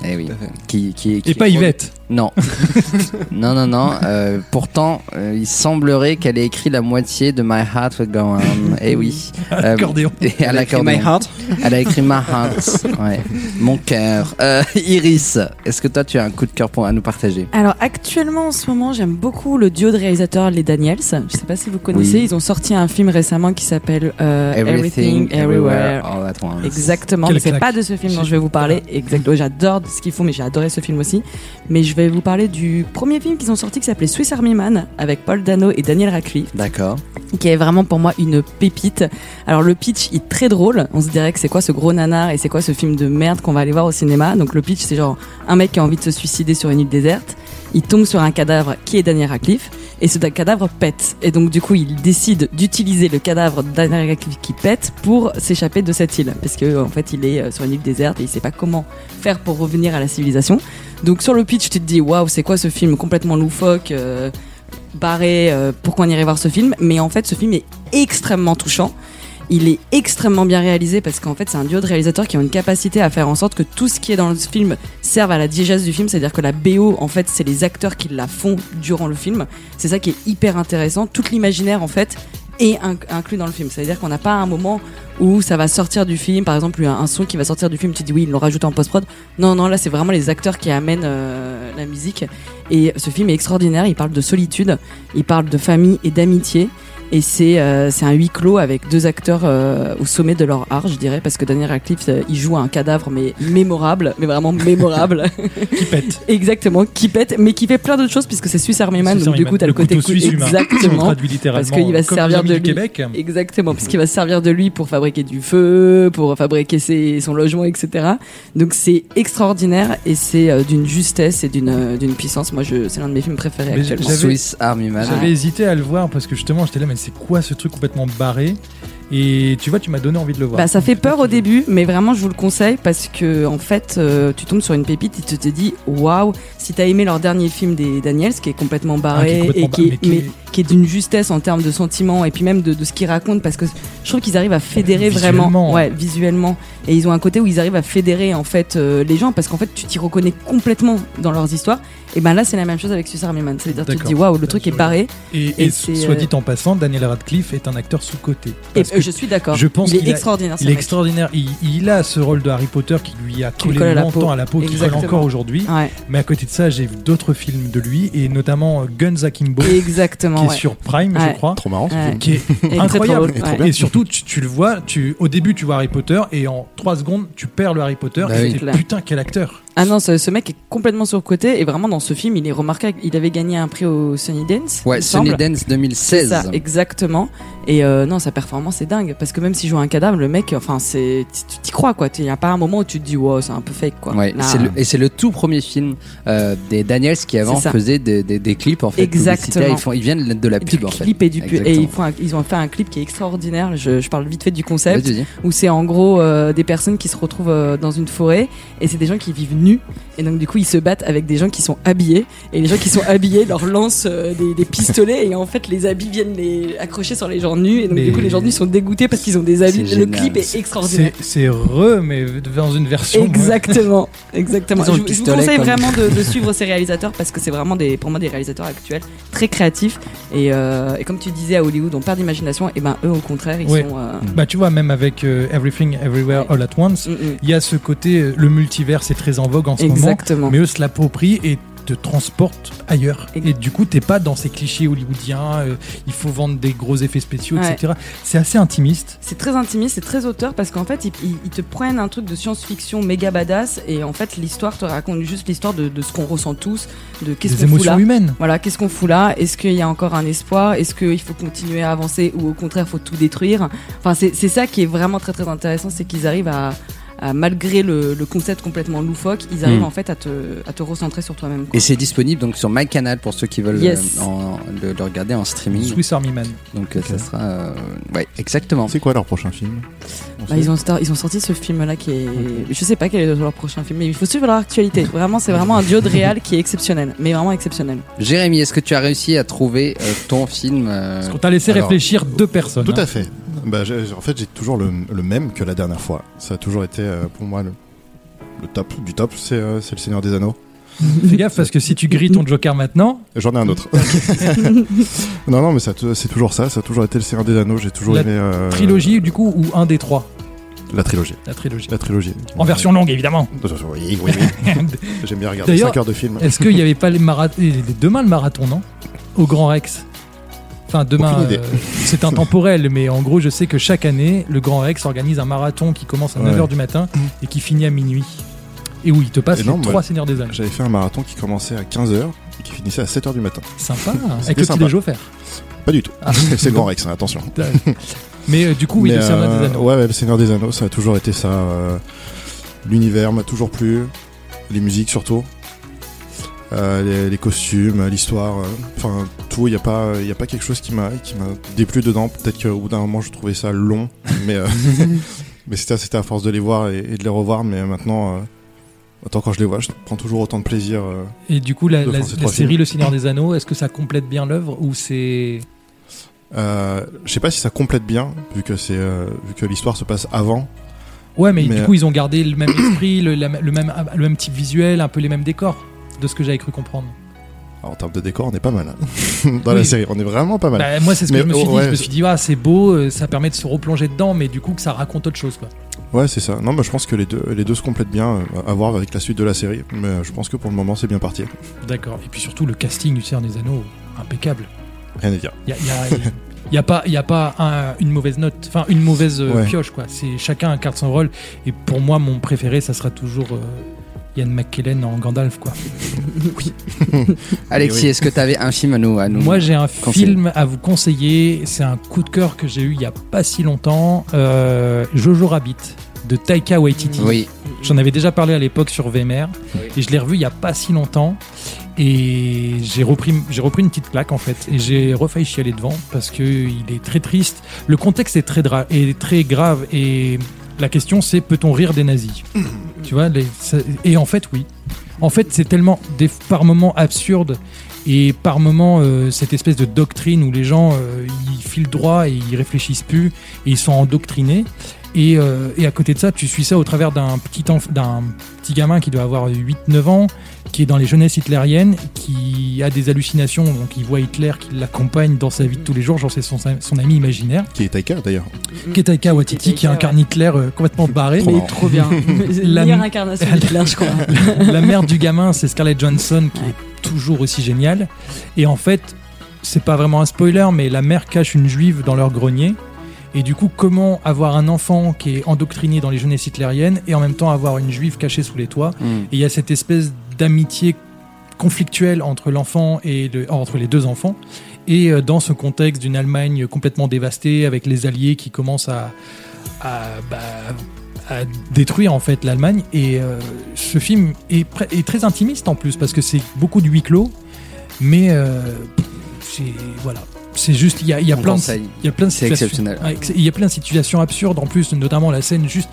Eh oui. Qui, qui, qui- Et pas Yvette. Non. non, non, non. Euh, pourtant, euh, il semblerait qu'elle ait écrit la moitié de My Heart Will Go On. Eh oui. Euh, Accordéon. et à l'accordéon. Elle a écrit My Heart. Ouais. Mon cœur. Euh, Iris, est-ce que toi tu as un coup de cœur pour, à nous partager Alors actuellement en ce moment j'aime beaucoup le duo de réalisateurs les Daniels. Je sais pas si vous connaissez, Oui. ils ont sorti un film récemment qui s'aelle euh, Everything, Everywhere All at Once. Exactement, Quelle mais c'est claque. pas de ce film dont je vais vous parler. Exactement, j'adore ce qu'ils font, mais j'ai adoré ce film aussi. Mais je vais vous parler du premier film qu'ils ont sorti qui s'appelait Swiss Army Man avec Paul Dano et Daniel Radcliffe, D'accord. qui est vraiment pour moi une pépite. Alors le pitch est très drôle. On se dirait que c'est quoi ce gros nanar et c'est quoi ce film de merde qu'on va aller voir au cinéma. Donc le pitch c'est genre un mec qui a envie de se suicider sur une île déserte. Il tombe sur un cadavre qui est Daniel Radcliffe et ce cadavre pète. Et donc du coup, il décide d'utiliser le cadavre d'un Radcliffe qui pète pour s'échapper de cette île, parce que en fait, il est euh, sur une île déserte et il sait pas comment faire pour revenir à la civilisation. Donc sur le pitch, tu te dis waouh, c'est quoi ce film complètement loufoque, euh, barré, euh, pourquoi on irait voir ce film Mais en fait, ce film est extrêmement touchant. Il est extrêmement bien réalisé parce qu'en fait c'est un duo de réalisateurs qui ont une capacité à faire en sorte que tout ce qui est dans le film serve à la digeste du film, c'est-à-dire que la BO en fait c'est les acteurs qui la font durant le film. C'est ça qui est hyper intéressant. Toute l'imaginaire, en fait, est inc- inclus dans le film. C'est-à-dire qu'on n'a pas un moment où ça va sortir du film, par exemple, un, un son qui va sortir du film, tu te dis oui, ils l'ont rajouté en post-prod. Non, non, là, c'est vraiment les acteurs qui amènent euh, la musique. Et ce film est extraordinaire. Il parle de solitude, il parle de famille et d'amitié. Et c'est euh, c'est un huis clos avec deux acteurs euh, au sommet de leur art, je dirais, parce que Daniel Radcliffe, euh, il joue un cadavre, mais mémorable, mais vraiment mémorable. Qui pète. Exactement, qui pète, mais qui fait plein d'autres choses puisque c'est Swiss Army Man, Suisse donc du Army coup t'as Man, le côté couteau cou- suisse humain. On le exactement, traduit littéralement Parce qu'il va se comme servir les amis de du lui. Québec. exactement, parce qu'il va se servir de lui pour fabriquer du feu, pour fabriquer ses, son logement, etc. Donc c'est extraordinaire et c'est euh, d'une justesse et d'une euh, d'une puissance. Moi, je, c'est l'un de mes films préférés Mais actuellement. j'avais- Swiss Army Man. J'avais hésité à le voir parce que justement, j'étais là, mais c'est quoi ce truc complètement barré Et tu vois, tu m'as donné envie de le voir. Bah, ça fait peur au Peut-être que- début, mais vraiment je vous le conseille parce que en fait euh, tu tombes sur une pépite et tu te dis waouh, si t'as aimé leur dernier film des Daniels qui est complètement Ah, qui est barré complètement et qui barré, est, mais qui est d'une justesse en termes de sentiments et puis même de, de ce qu'ils racontent parce que je trouve qu'ils arrivent à fédérer Visuellement. vraiment ouais visuellement et ils ont un côté où ils arrivent à fédérer en fait euh, les gens parce qu'en fait tu t'y reconnais complètement dans leurs histoires et ben là c'est la même chose avec Suisse Army Man c'est-à-dire tu te D'accord. dis waouh le truc Je est barré Et, Et et c'est, soit euh, dit en passant, Daniel Radcliffe est un acteur sous-côté. et Parce que euh, je suis d'accord je pense il qu'il est a- extraordinaire ce Il est mec. extraordinaire. Il, il a ce rôle de Harry Potter qui lui a lui collé colle à la longtemps peau. à la peau, qui colle Exactement. Ah. encore aujourd'hui. Ouais, Mais à côté de ça, j'ai vu d'autres films de lui, et notamment euh, Guns Akimbo, qui exactement est ouais. sur Prime, je Ouais. crois. Trop marrant. ce Ouais. film. Qui est Et très, très incroyable. drôle, ouais. Et surtout, tu, tu le vois, tu, au début, tu vois Harry Potter, et en 3 secondes, tu perds le Harry Potter. Bah et oui. tu te dis, putain, quel acteur Ah non, ce, ce mec est complètement surcoté et vraiment dans ce film, il est remarquable. Il avait gagné un prix au Sunny Dance. il Ouais, me Sunny semble. Dance C'est 2016. ça, exactement. Et euh, non, sa performance est dingue parce que même s'il joue un cadavre, le mec, enfin, c'est tu- tu t'y crois quoi. Il n'y a pas un moment où tu te dis wow, c'est un peu fake quoi. Ouais, Là, euh. c'est le- et c'est le tout premier film euh, des Daniels qui avant C'est ça. faisait des, des- des clips en fait. Exactement. publicitaires. Ils, font, ils viennent de la du pub en fait. clip et du pu- et Exactement. ils, font un- ils ont fait un clip qui est extraordinaire. Je, je parle vite fait du concept Vas-y, dis. où c'est en gros euh, des personnes qui se retrouvent euh, dans une forêt et c'est des gens qui vivent nus. Et donc, du coup, ils se battent avec des gens qui sont habillés. Et les gens qui sont habillés leur lancent euh, des, des pistolets. Et en fait, les habits viennent les accrocher sur les gens nus. Et donc, Mais- du coup, les gens nus sont dégoûtés parce qu'ils ont des habits. C'est Le génial. clip est extraordinaire. C'est- C'est re, mais dans une version. euh, Exactement, exactement. Ils ont Je, le je vous pistolet conseille comme- vraiment de, de suivre ces réalisateurs parce que c'est vraiment des, pour moi des réalisateurs actuels très créatifs et, euh, et comme tu disais à Hollywood, on perd d'imagination et ben eux au contraire ils Ouais. sont. euh, Bah, tu vois, même avec euh, Everything Everywhere All at Once, mm, mm. il y a ce côté, euh, le multivers est très en vogue en ce Exactement. moment, mais eux se l'approprient et te transportent ailleurs. Ex- Et du coup, t'es pas dans ces clichés hollywoodiens, euh, il faut vendre des gros effets spéciaux, Ouais. etc. C'est assez intimiste. C'est très intimiste, c'est très auteur parce qu'en fait ils, ils- ils te prennent un truc de science-fiction méga badass et en fait l'histoire te raconte juste l'histoire de, de ce qu'on ressent tous, de qu'est-ce Des qu'on fout émotions là. humaines. Voilà, qu'est-ce qu'on fout là Est-ce qu'il y a encore un espoir Est-ce qu'il faut continuer à avancer ou au contraire faut tout détruire Enfin, c'est c'est ça qui est vraiment très très intéressant, c'est qu'ils arrivent à, à, malgré le, le concept complètement loufoque, ils arrivent Mm. en fait à te, à te recentrer sur toi-même. quoi. Et c'est disponible donc sur my canal pour ceux qui veulent Yes. euh, en- le, le regarder en streaming. Swiss Army Man. Donc euh, ça sera euh, ouais exactement. C'est quoi leur prochain film On Bah, sait ils, ont, star- ils ont sorti ce film-là qui est... Je sais pas quel est leur prochain film, mais il faut suivre leur actualité. Vraiment, c'est vraiment un duo de réal qui est exceptionnel, mais vraiment exceptionnel. Jérémy, est-ce que tu as réussi à trouver euh, ton film euh, Parce qu'on t'a laissé alors, réfléchir deux personnes. Tout hein. à fait. Bah, j'ai- en fait, j'ai toujours le, le même que la dernière fois. Ça a toujours été euh, pour moi le, le top du top, c'est euh, c'est le Seigneur des Anneaux. Fais gaffe parce que si tu grilles ton Joker maintenant, J'en ai un autre. non, non, mais ça t- c'est toujours ça. Ça a toujours été le Seigneur des Anneaux. J'ai toujours La aimé. euh, trilogie du coup ou un des trois, La trilogie. la trilogie. La trilogie. En version longue évidemment. Oui, oui, oui. J'aime bien regarder D'ailleurs, 5 heures de film. Est-ce qu'il n'y avait pas les marathons demain le marathon non Au Grand Rex. Enfin demain Aucune idée. euh, c'est intemporel mais en gros je sais que chaque année le Grand Rex organise un marathon qui commence à Ouais. 9h du matin et qui finit à minuit. Et où il te passe Et non, les moi, trois seigneurs des âges. J'avais fait un marathon qui commençait à 15h et qui finissait à 7h du matin. Sympa hein, C'était avec le petit sympa. déjeuner offert. Pas du tout. Ah. c'est le Grand Rex, hein, attention. Mais euh, du coup oui, Mais, le Seigneur des euh, Anneaux. Ouais, ouais, le Seigneur des Anneaux, ça a toujours été ça. euh, L'univers m'a toujours plu, les musiques surtout, euh, les, les costumes, l'histoire, euh, enfin tout. Il n'y a pas, il y a pas quelque chose qui m'a, qui m'a déplu dedans. Peut-être qu'au bout d'un moment, je trouvais ça long, mais euh, mais c'était, c'était à force de les voir et, et de les revoir. Mais maintenant, euh, autant quand je les vois, je prends toujours autant de plaisir. euh. Et du coup, la, Deux la- fois, c'est la trois série films. Le Seigneur des Anneaux, est-ce que ça complète bien l'œuvre ou c'est. Euh, je sais pas si ça complète bien, vu que c'est, euh, vu que l'histoire se passe avant. Ouais, mais, Mais, du euh, coup, ils ont gardé le même esprit, le, la- le même, le même type visuel, un peu les mêmes décors, de ce que j'avais cru comprendre. Alors, en termes de décor, on est pas mal hein. dans la Oui. série. On est vraiment pas mal. Bah, moi, c'est ce que Mais, je me suis oh, dit. Je ouais, me suis dit, ah, c'est beau, euh, ça permet de se replonger dedans, mais du coup, que ça raconte autre chose. Quoi. Ouais, c'est ça. Non, mais je pense que les deux, les deux se complètent bien euh, à voir avec la suite de la série. Mais euh, je pense que pour le moment, c'est bien parti. D'accord. Et puis surtout, le casting du Seigneur des Anneaux, impeccable. Rien à dire. Il y a, y a- y a pas, y a pas un- une mauvaise note, enfin une mauvaise euh, Ouais. pioche quoi. C'est chacun incarne son rôle. Et pour moi, mon préféré, ça sera toujours euh, Ian McKellen en Gandalf quoi. Alexis, est-ce que tu avais un film à nous à nous Moi, j'ai un conseiller. film à vous conseiller. C'est un coup de cœur que j'ai eu il y a pas si longtemps. Euh, Jojo Rabbit de Taika Waititi. oui, J'en avais déjà parlé à l'époque sur VMR et je l'ai revu il y a pas si longtemps et j'ai repris j'ai repris une petite claque en fait et j'ai refailli chialer devant parce que il est très triste. Le contexte est très dra- est très grave et la question c'est peut-on rire des nazis Tu vois les- ça- et en fait oui. En fait, c'est tellement des, par moments absurde et par moments euh, cette espèce de doctrine où les gens euh, ils filent droit et ils réfléchissent plus et ils sont endoctrinés et, euh, et à côté de ça, tu suis ça au travers d'un petit, enf- d'un petit gamin qui doit avoir 8-9 ans, qui est dans les jeunesses hitlériennes, qui a des hallucinations, donc il voit Hitler qui l'accompagne dans sa vie de tous les jours, genre c'est son, son ami imaginaire, Qui est Taika d'ailleurs. qui est Taika Waititi, qui incarne Hitler euh, complètement barré. Trop marrant. Trop bien. La- La meilleure incarnation d'Hitler, je crois. La mère du gamin, c'est Scarlett Johnson, qui est toujours aussi géniale. Et en fait, c'est pas vraiment un spoiler, mais la mère cache une juive dans leur grenier. Et du coup, comment avoir un enfant qui est endoctriné dans les jeunesses hitlériennes et en même temps avoir une juive cachée sous les toits Mm. Et il y a cette espèce d'amitié conflictuelle entre l'enfant et le- euh, entre les deux enfants. Et euh, dans ce contexte d'une Allemagne complètement dévastée, avec les Alliés qui commencent à, à, bah, à détruire en fait l'Allemagne. Et euh, ce film est, pre- est très intimiste en plus parce que c'est beaucoup de huis clos, mais euh, c'est voilà, c'est juste il y a, il y a On plein de conseille. il y a plein de C'est situations. exceptionnel. Ouais, ex- Il y a plein de situations absurdes en plus, notamment la scène juste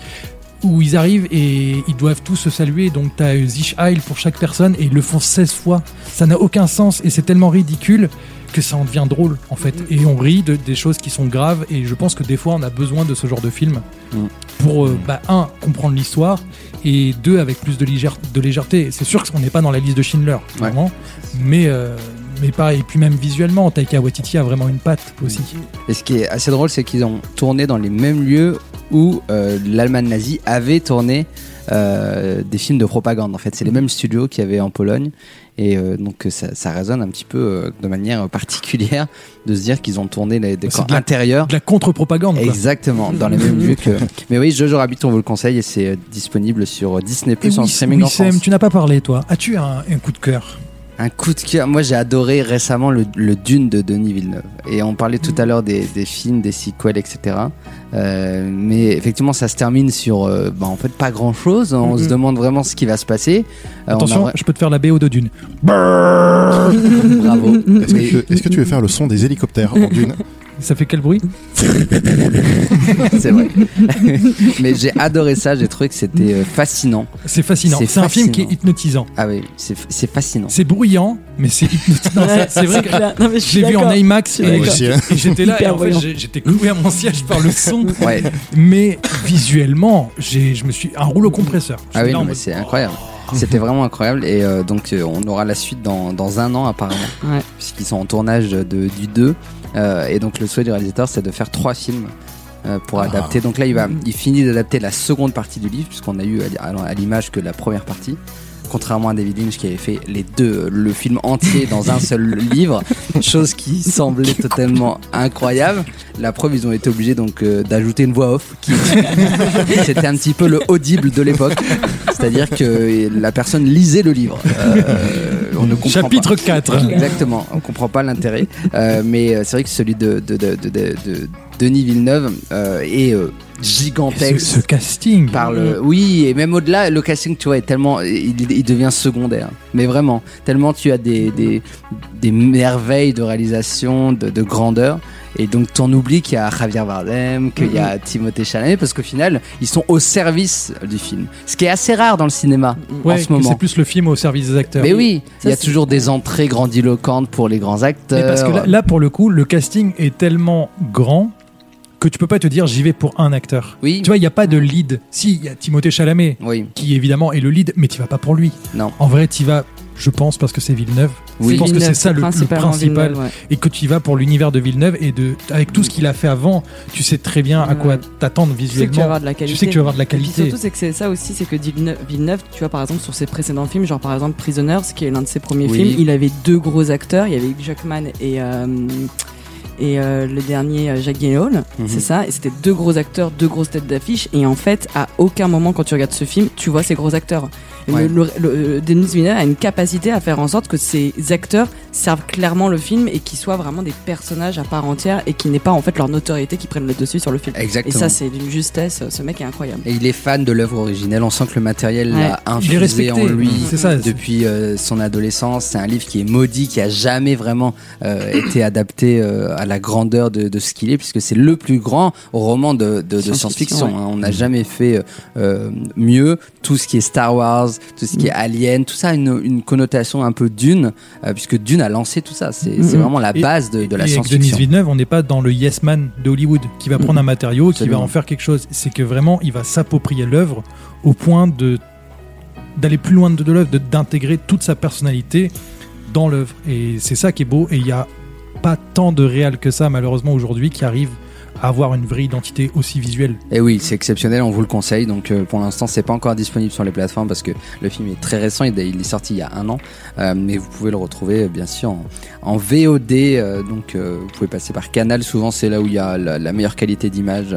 où ils arrivent et ils doivent tous se saluer. Donc t'as euh, Zich Heil pour chaque personne et ils le font 16 fois. Ça n'a aucun sens et c'est tellement ridicule que ça en devient drôle en fait. Et on rit de, des choses qui sont graves et je pense que des fois on a besoin de ce genre de film Mhm. pour, euh, bah, un, comprendre l'histoire et deux, avec plus de, légère- de légèreté. C'est sûr qu'on n'est pas dans la liste de Schindler, clairement, mais, euh, mais pareil. Et puis même visuellement, Taika Waititi a vraiment une patte aussi. Et ce qui est assez drôle, c'est qu'ils ont tourné dans les mêmes lieux où euh, l'Allemagne nazie avait tourné euh, des films de propagande. En fait, c'est les mêmes studios qu'il y avait en Pologne. Et euh, donc, ça, ça résonne un petit peu euh, de manière particulière de se dire qu'ils ont tourné les décors Ah, de la- intérieurs. De la contre-propagande. quoi. Exactement, dans les mêmes lieux que. Mais oui, Jojo Rabbit, on vous le conseille et c'est euh, disponible sur Disney Et Plus en oui, streaming oui, en Sam, France. Ah, tu n'as pas parlé, toi. As-tu un, un coup de cœur Un coup de cœur. Moi, j'ai adoré récemment le, le Dune de Denis Villeneuve. Et on parlait tout à l'heure des, des films, des sequels, etc. Euh, mais effectivement, ça se termine sur, euh, bah, en fait, pas grand chose. On Mhm. se demande vraiment ce qui va se passer. Euh, on a Attention, vra- je peux te faire la BO de Dune. bravo. Est-ce que, Mais- tu- est-ce que tu veux faire le son des hélicoptères en dune Ça fait quel bruit c'est vrai. mais j'ai adoré ça. J'ai trouvé que c'était euh, fascinant. C'est fascinant. C'est C'est un film qui est fascinant. hypnotisant. Ah oui, c'est c'est fascinant. C'est bruyant, mais c'est hypnotisant. Non, Ouais, c'est- c'est vrai que clair. Non, mais je je suis l'ai vu en d'accord. IMAX Je suis et, d'accord. aussi, hein. et j'étais là et Hyper en fait voyant. j'ai- j'étais cloué à mon siège par le son. Ouais. Mais visuellement, j'ai, je me suis un rouleau compresseur. J'étais Ah oui, là en non, mais mode, c'est incroyable. C'était vraiment incroyable et euh, donc euh, on aura la suite dans, dans un an apparemment Ouais. puisqu'ils sont en tournage de, du 2 Euh, et donc le souhait du réalisateur c'est de faire trois films euh, pour adapter donc là il, va, il finit d'adapter la seconde partie du livre puisqu'on a eu à, à- à l'image que la première partie contrairement à David Lynch qui avait fait les deux le film entier dans un seul livre chose qui semblait totalement incroyable la preuve ils ont été obligés donc euh, d'ajouter une voix off qui c'était un petit peu le audible de l'époque. C'est-à-dire que euh, la personne lisait le livre. Euh, on ne comprend Chapitre pas. 4. Exactement, on comprend pas l'intérêt. Euh, mais euh, c'est vrai que celui de, de, de, de- de- de Denis Villeneuve euh, est euh, Et ce, gigantesque. ce casting. Par le- Mm. Oui, et même au-delà, le casting, tu vois, est tellement, il, il devient secondaire. Mais vraiment, tellement tu as des, des, des merveilles de réalisation, de, de grandeur. Et donc, t'en oublies qu'il y a Javier Bardem, qu'il y a Timothée Chalamet, parce qu'au final, ils sont au service du film. Ce qui est assez rare dans le cinéma Mm. Ouais, en que ce moment. c'est plus le film au service des acteurs. Mais oui, Ça, il y a c'est- toujours des entrées grandiloquentes pour les grands acteurs. Mais parce que là, là, pour le coup, le casting est tellement grand que tu peux pas te dire j'y vais pour un acteur. Oui. Tu vois, il n'y a pas de lead. Si, il y a Timothée Chalamet Oui, qui évidemment est le lead, mais tu vas pas pour lui. Non. En vrai, tu vas, je pense, parce que c'est Villeneuve. Oui. Je pense que c'est ça le, le principalement principal. Villeneuve, ouais. Et que tu y vas pour l'univers de Villeneuve et de, avec tout ce qu'il a fait avant, tu sais très bien à quoi Ouais. t'attendre Tu sais que tu vas visuellement. avoir de la Tu qualité. sais que tu vas avoir de la Et puis qualité. surtout, c'est que c'est ça aussi, c'est que Villeneuve, Villeneuve, tu vois, par exemple, sur ses précédents films, genre par exemple Prisoners, qui est l'un de ses premiers Oui. films, il avait deux gros acteurs, il y avait Jackman et. euh, et euh, le dernier, euh, Jack Gyllenhaal, Mhm. c'est ça. Et c'était deux gros acteurs, deux grosses têtes d'affiche. Et en fait, à aucun moment quand tu regardes ce film, tu vois ces gros acteurs. Le- Ouais. le- le- Denis Villeneuve a une capacité à faire en sorte que ces acteurs servent clairement le film et qu'ils soient vraiment des personnages à part entière et qui n'aient pas en fait leur notoriété qui prennent le dessus sur le film. Et exactement. ça, c'est d'une justesse. Ce mec est incroyable. Et il est fan de l'œuvre originelle. On sent que le matériel l'a Il est infusé respecté. Mm. en lui. C'est ça. c'est- depuis euh, son adolescence. C'est un livre qui est maudit, qui a jamais vraiment euh, été adapté euh, à la grandeur de, de ce qu'il est, puisque c'est le plus grand roman de, de- de Science-fiction, science-fiction. hein. On n'a jamais fait euh, euh, mieux. Tout ce qui est Star Wars, tout ce qui est Alien, tout ça a une, une connotation un peu Dune, euh, puisque Dune a lancé tout ça. C'est c'est Mhm. vraiment la Et- base de, de la et avec Denis science-fiction. Villeneuve, on n'est pas dans le Yes Man de Hollywood qui va prendre un matériau, qui va Absolument. en faire quelque chose. C'est que vraiment, il va s'approprier l'œuvre au point de d'aller plus loin de, de l'œuvre, de- d'intégrer toute sa personnalité dans l'œuvre. Et c'est ça qui est beau. Et il n'y a pas tant de réal que ça, malheureusement, aujourd'hui, qui arrive à avoir une vraie identité aussi visuelle. Et oui, c'est exceptionnel, on vous le conseille. Donc euh, pour l'instant, c'est pas encore disponible sur les plateformes parce que le film est très récent, il, il est sorti il y a un an. Euh, mais vous pouvez le retrouver euh, bien sûr en, en VOD. euh, donc euh, vous pouvez passer par Canal, souvent c'est là où il y a la, la meilleure qualité d'image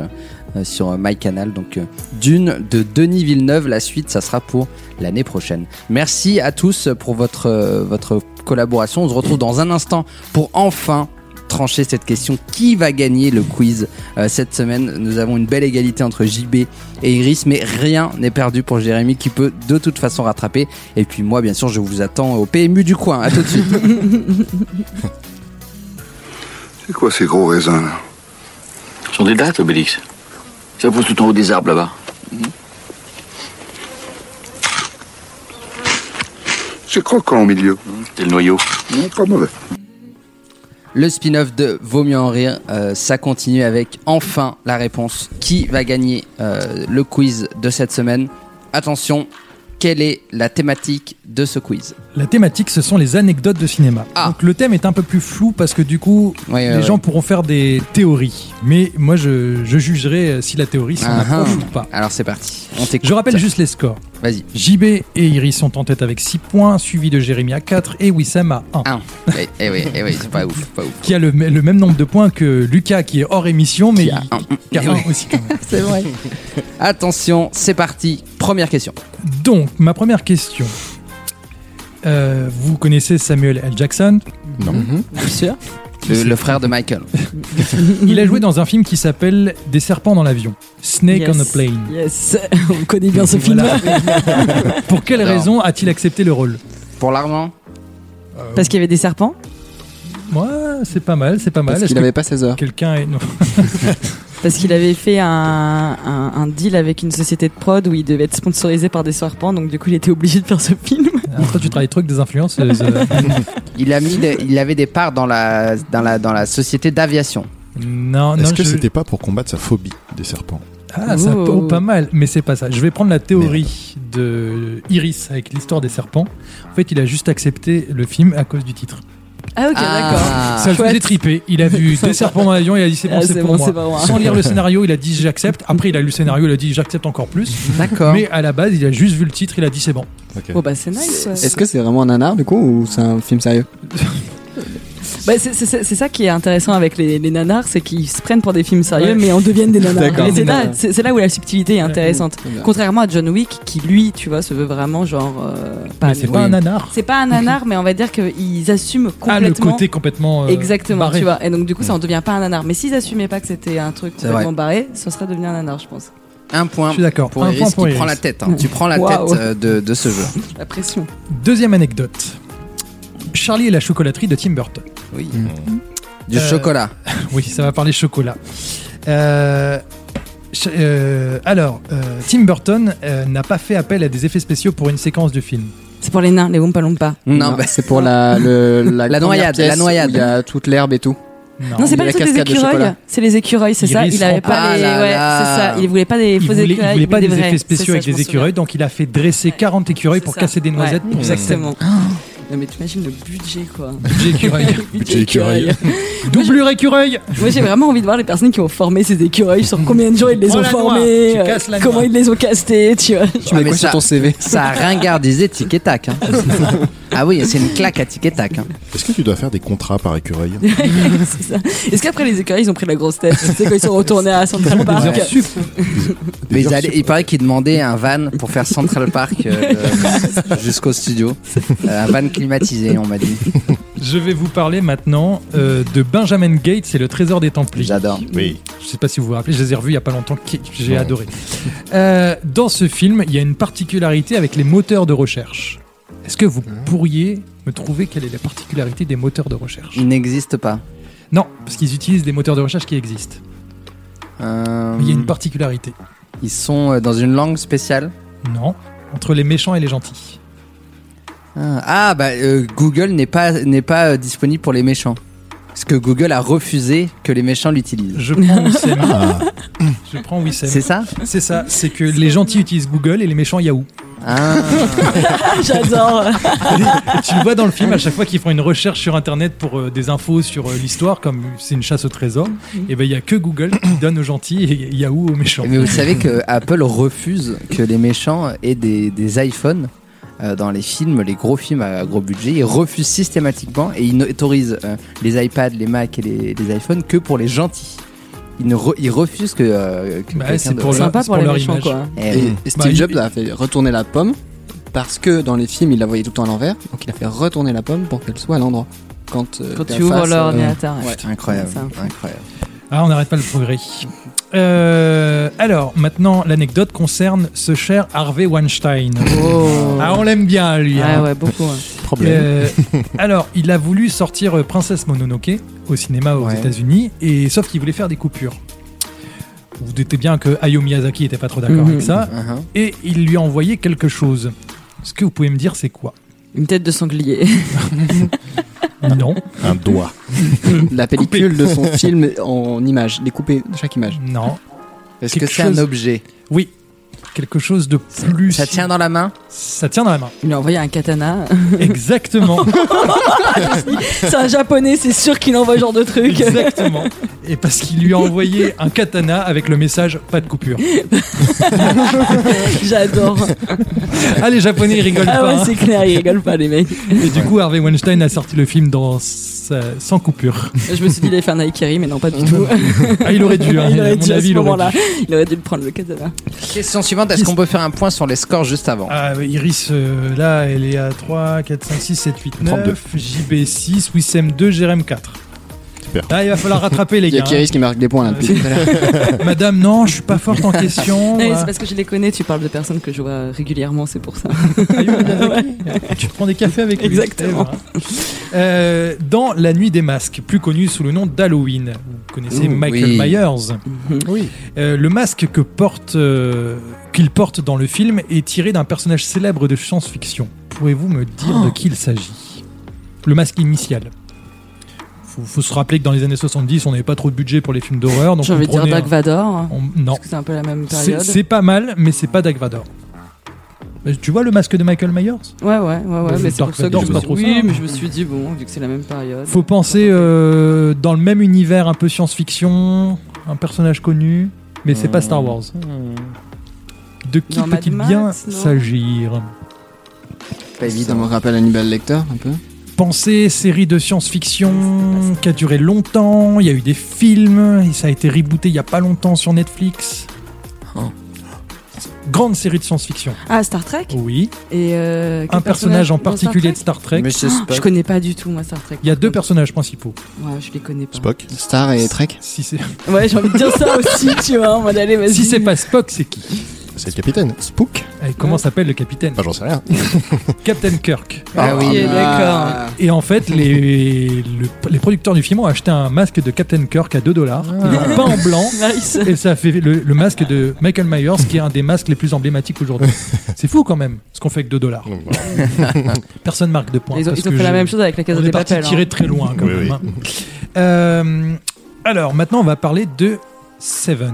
euh, sur euh, MyCanal. Donc euh, Dune de Denis Villeneuve, la suite, ça sera pour l'année prochaine. Merci à tous pour votre, euh, votre collaboration. On se retrouve dans un instant pour enfin trancher cette question qui va gagner le quiz euh, cette semaine. Nous avons une belle égalité entre JB et Iris, mais rien n'est perdu pour Jérémy qui peut de toute façon rattraper. Et puis moi, bien sûr, je vous attends au PMU du coin. À tout de suite. C'est quoi ces gros raisins là Mm-hmm. Ce sont des dates, Obélix. Ça pousse tout en haut des arbres là-bas. C'est croquant au milieu. C'est le noyau. Non, pas mauvais. Le spin-off de Vaut mieux en rire, euh, ça continue avec enfin la réponse. Qui va gagner euh, le quiz de cette semaine Attention, quelle est la thématique de ce quiz La thématique, ce sont les anecdotes de cinéma. Donc le thème est un peu plus flou parce que du coup, Ouais, les Eh ouais, gens ouais. pourront faire des théories. Mais moi, je, je jugerai euh, si la théorie s'en Ah, approche ah. ou pas. Alors c'est parti, on t'écoute. Je rappelle juste les scores. Vas-y. JB et Iris sont en tête avec 6 points, suivi de Jérémy à 4 et Wissam à 1. Eh, eh oui, eh oui, c'est pas ouf, pas ouf. Qui a le, m- le même nombre de points que Lucas, qui est hors émission, mais a un. qui a Eh un oui. aussi quand même. C'est vrai. Attention, c'est parti. Première question. Donc, ma première question. Euh, vous connaissez Samuel L. Jackson Non. Bien sûr. Le, le frère de Michael. Il a joué dans un film qui s'appelle Des serpents dans l'avion. Snake Yes. on a plane. Yes. On connaît bien ce film. Voilà. Pour quelle J'adore. raison a-t-il accepté le rôle Pour l'argent Parce qu'il y avait des serpents Moi, c'est pas mal, c'est pas mal. Parce Est-ce qu'il que avait pas 16 heures. Quelqu'un est. Non. Parce qu'il avait fait un, un- un deal avec une société de prod où il devait être sponsorisé par des serpents, donc du coup il était obligé de faire ce film. Après, Ah, tu travailles trop avec des influenceuses. euh. Il, a mis des- il avait des parts dans la, dans la, dans la société d'aviation. Oh Non, non, Est-ce que je- c'était pas pour combattre sa phobie des serpents Ah, ça Ouh. peut- oh, pas mal, mais c'est pas ça. Je vais prendre la théorie de Iris avec l'histoire des serpents. En fait, il a juste accepté le film à cause du titre. Ah ok, Ah. ça le faisait triper. Il a vu des serpents dans l'avion, il a dit c'est bon, Ah, c'est c'est pour bon, moi. c'est pas moi. Sans lire le scénario, il a dit j'accepte. Après, il a lu le scénario, il a dit j'accepte encore plus. D'accord. Mais à la base, il a juste vu le titre, il a dit c'est bon. Bon, bah, c'est nice. Est-ce que c'est vraiment un nanar du coup ou c'est un film sérieux Bah, c'est- c'est c'est- c'est ça qui est intéressant avec les, les nanars, c'est qu'ils se prennent pour des films sérieux, mais on devient des nanars. D'accord. Et c'est Des là, nanars. c'est c'est là où la subtilité est intéressante. Très bien. Contrairement à John Wick, qui lui, tu vois, se veut vraiment genre. euh, Mais c'est pas un nanar. C'est pas un nanar, mais on va dire qu'ils assument complètement. Ah, le côté complètement. euh, Exactement, barré. tu vois. Et donc, du coup, ça en devient pas un nanar. Mais s'ils assumaient pas que c'était un truc C'est vrai. complètement barré, ce serait devenu un nanar, je pense. Un point Je suis d'accord. pour Un Iris point pour qui Iris. prend la tête. hein. Tu prends la Waouh. tête euh, de, de ce jeu. La pression. Deuxième anecdote. Charlie et la chocolaterie de Tim Burton. Oui. Mm. Euh, Du chocolat. oui, ça va parler chocolat. Euh, ch- euh, alors, euh, Tim Burton euh, n'a pas fait appel à des effets spéciaux pour une séquence du film. C'est pour les nains, les Wumpa Lumpa. Non, bah, c'est pour la le, Euh, la, Ah, La première noyade, pièce la noyade. où Il y a toute l'herbe et tout. Non, c'est pas Il y le a la truc des cascade de écureuils. chocolat. C'est les écureuils, c'est ça. Iris Il avait Rampe. pas Ah les. là ouais, là. c'est ça. Il voulait pas des il faux voulait, il écureuils. voulait pas voulait des vrais. effets C'est ça, spéciaux avec je m'en des écureuils, donc il a fait dresser 40 écureuils pour casser des Oh. noisettes Ouais, pour que ça tienne. Exactement. Non, mais t'imagines le budget, quoi. Budget écureuil. Budget écureuil. Doublure écureuil. Moi, j'ai vraiment envie de voir les personnes qui ont formé ces écureuils, sur combien de jours ils les Prends ont la noix, formés, Oh tu euh, casses la comment noix. ils les ont castés, tu vois. Ah, mais ça- CV Ça ringardisait Tic et Tac. hein. ah oui, c'est une claque à Tic et Tac. hein. Est-ce que tu dois faire des contrats par écureuil C'est ça. Est-ce qu'après les écureuils, ils ont pris la grosse tête Tu sais, quand ils sont retournés à Central Park. heures sup. Mais ils heures allaient- il paraît qu'ils demandaient un van pour faire Central Park euh, de- jusqu'au studio. Euh, un van climatisé, on m'a dit. Je vais vous parler maintenant euh, de Benjamin Gates et le Trésor des Templiers. J'adore. Oui. Je sais pas si vous vous rappelez, je les ai revus il y a pas longtemps, qui- j'ai Ouais. adoré. Euh, dans ce film, il y a une particularité avec les moteurs de recherche. Est-ce que vous Hein pourriez me trouver quelle est la particularité des moteurs de recherche Il n'existe pas. Non, parce qu'ils utilisent des moteurs de recherche qui existent. Euh, Mais Il y a Mm. une particularité. Ils sont euh, dans une langue spéciale. Non, entre les méchants et les gentils. Ah ah, bah euh, Google n'est pas n'est pas euh, disponible pour les méchants. Parce que Google a refusé que les méchants l'utilisent. Je prends Wissem. Je prends Wissem. Ah. C'est ça C'est ça, c'est que les gentils utilisent Google et les méchants Yahoo. Ah. J'adore. Et tu le vois dans le film, à chaque fois qu'ils font une recherche sur internet pour euh, des infos sur euh, l'histoire, comme c'est une chasse au trésor, et ben il y a que Google qui donne aux gentils et Yahoo aux méchants. Mais vous savez que Apple refuse que les méchants aient des, des iPhones euh, dans les films, les gros films à gros budget. Ils refusent systématiquement et ils n'autorisent euh, les iPads, les Macs et les, les iPhones que pour les gentils. Ils, ne re- ils refusent que, euh, que Bah, quelqu'un c'est de- pour leur- Sympa c'est pour pour les leur méchants, image. quoi. Eh Et, oui. et Steve Bah, il- Jobs a fait retourner la pomme parce que dans les films, il la voyait tout le temps à l'envers, donc il a fait retourner la pomme pour qu'elle soit à l'endroit. Quand, euh, Quand t'es tu en ouvres face, l'ordinateur, ouais. Putain, incroyable, C'est un- incroyable. Ah, on n'arrête pas le progrès. Euh, alors, maintenant, l'anecdote concerne ce cher Harvey Weinstein. Oh. Ah, on l'aime bien, lui. Ouais, hein. ouais, beaucoup. ouais. Problème. Euh, alors, il a voulu sortir euh, Princesse Mononoke au cinéma aux Ouais. États-Unis, et sauf qu'il voulait faire des coupures. Vous doutez bien que Hayao Miyazaki était Ah, pas trop d'accord Mhm. avec ça, Uh-huh. et il lui a envoyé quelque chose. Ce que vous pouvez me dire, c'est quoi Une tête de sanglier. Non. Un doigt. La pellicule de son film en images, découpée de chaque image. Non. Est-ce que Quelque c'est un chose- objet Oui. Quelque chose de plus. ça tient dans la main Ça tient dans la main. Il lui a envoyé un katana. Exactement. c'est un japonais, c'est sûr qu'il envoie ce genre de truc. Exactement. Et parce qu'il lui a envoyé un katana avec le message pas de coupure. J'adore. Ah, les japonais ils rigolent Ah pas. ouais, hein. c'est clair, ils rigolent pas, les mecs. Et du coup, Harvey Weinstein a sorti le film dans sa- sans coupure. Je me suis dit, il allait faire Naikiri, mais non, pas du tout. Ah, il aurait dû, hein. Il À aurait mon dû à avis, ce il aurait moment-là. Il aurait dû le prendre le katana. Question suivante, est-ce qu'on peut faire un point sur les scores juste avant Ah, oui, Iris, euh, là, elle est à 3, 4, 5, 6, 7, 8, 9, JB 6, Wissem 2, Jérém 4. Là, il va falloir rattraper, les Il y a gars. Kiris qui marque des points là Ah, depuis tout à l'heure. Madame, non, je suis pas forte en question. Non, mais Ah, c'est parce que je les connais, tu parles de personnes que je vois régulièrement, c'est pour ça. Ah Tu prends des cafés avec lui. Exactement. Eh ben. Euh, dans La Nuit des Masques, plus connu sous le nom d'Halloween. Vous connaissez Ouh, Michael oui. Mhm. Myers. Oui. Euh, le masque que porte, euh, qu'il porte dans le film est tiré d'un personnage célèbre de science-fiction. Pouvez-vous me dire Oh. de qui il s'agit Le masque initial. Faut, faut se rappeler que dans les années 70, on n'avait pas trop de budget pour les films d'horreur. donc J'ai on envie de dire prenait un- Dark Vador. hein. on- hein. Non. Parce que c'est un peu la même C'est période. c'est pas mal, mais c'est pas Dark Vador. Mais Tu vois le masque de Michael Myers Ouais, ouais, ouais, ouais, Le mais c'est Dark pour ça que Vador, je pas me suis... trop Oui, ça. mais je me suis dit, bon, vu que c'est la même période. Faut penser euh, dans le même univers, un peu science-fiction, un personnage connu, mais c'est pas Star Wars. De qui Dans Mad peut-il Max, bien non s'agir Pas évident. Ça me rappelle Hannibal Lecter un peu. Pensez série de science-fiction qui a duré longtemps, il y a eu des films, et ça a été rebooté il y a pas longtemps sur Netflix. Grande série de science-fiction. Ah, Star Trek Oui. Et euh, quel Un personnage en dans Star particulier de Trek Star Trek. Monsieur Ah, Oh, Je connais pas du tout, moi, Star Trek. Il y a deux personnages principaux. Ouais, je les connais pas. Spock. Star et Trek. Si c'est Ouais, j'ai envie de dire ça aussi, tu vois. On va aller, vas-y. Si c'est pas Spock, c'est qui C'est le capitaine. Spook Et Comment s'appelle le capitaine Bah, j'en sais rien. Captain Kirk. Ah Ah oui, oui, d'accord. Et en fait, les, le- les producteurs du film ont acheté un masque de Captain Kirk à 2 dollars. Ah. Ils l'ont peint en blanc. Nice. Et ça a fait le, le masque de Michael Myers, qui est un des masques les plus emblématiques aujourd'hui. C'est fou quand même, ce qu'on fait avec 2 dollars. Personne marque de points. Ils ont- parce ils ont que fait la je- même chose avec la Casa on est de parti Papel, hein. tirer très loin quand Oui, même. oui. hein. Euh, alors, maintenant, on va parler de Seven.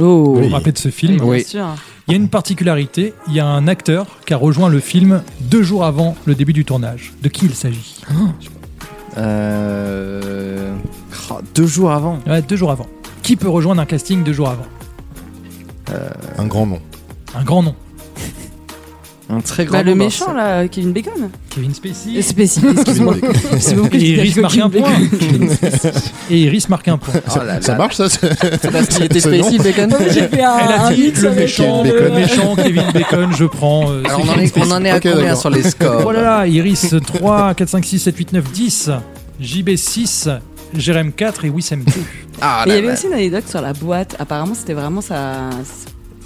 Oh. Vous vous rappelez de ce film Bien Oui. sûr. Il y a une particularité, il y a un acteur qui a rejoint le film deux jours avant le début du tournage. De qui il s'agit Euh... oh, Deux jours avant. Ouais, Deux jours avant. Qui peut rejoindre un casting deux jours avant hein. Un grand nom. Un grand nom. Un très Bah, le méchant, là, Kevin Bacon. Kevin Spacey. Euh, Spacey, excuse-moi. C'est beaucoup Et plus Iris que marque Kevin un point. Bacon. Et Iris marque un point. Ça- Oh là ça là. marche, ça, c'est- parce qu'il était ce nom Spacey, Bacon Non, mais j'ai fait Ah, un- Elle a un dit mix le avec méchant, le- le méchant Kevin Bacon, je prends. euh, Alors, c'est on en Kevin est- Spacey. on en est à Ok, combien d'accord. Oh sur les scores Voilà, là, Iris 3, 4, 5, 6, 7, 8, 9, 10, JB 6, Jérém 4 et Wissem 2. Ah, Et il y avait aussi une anecdote sur la boîte. Apparemment, c'était vraiment ça.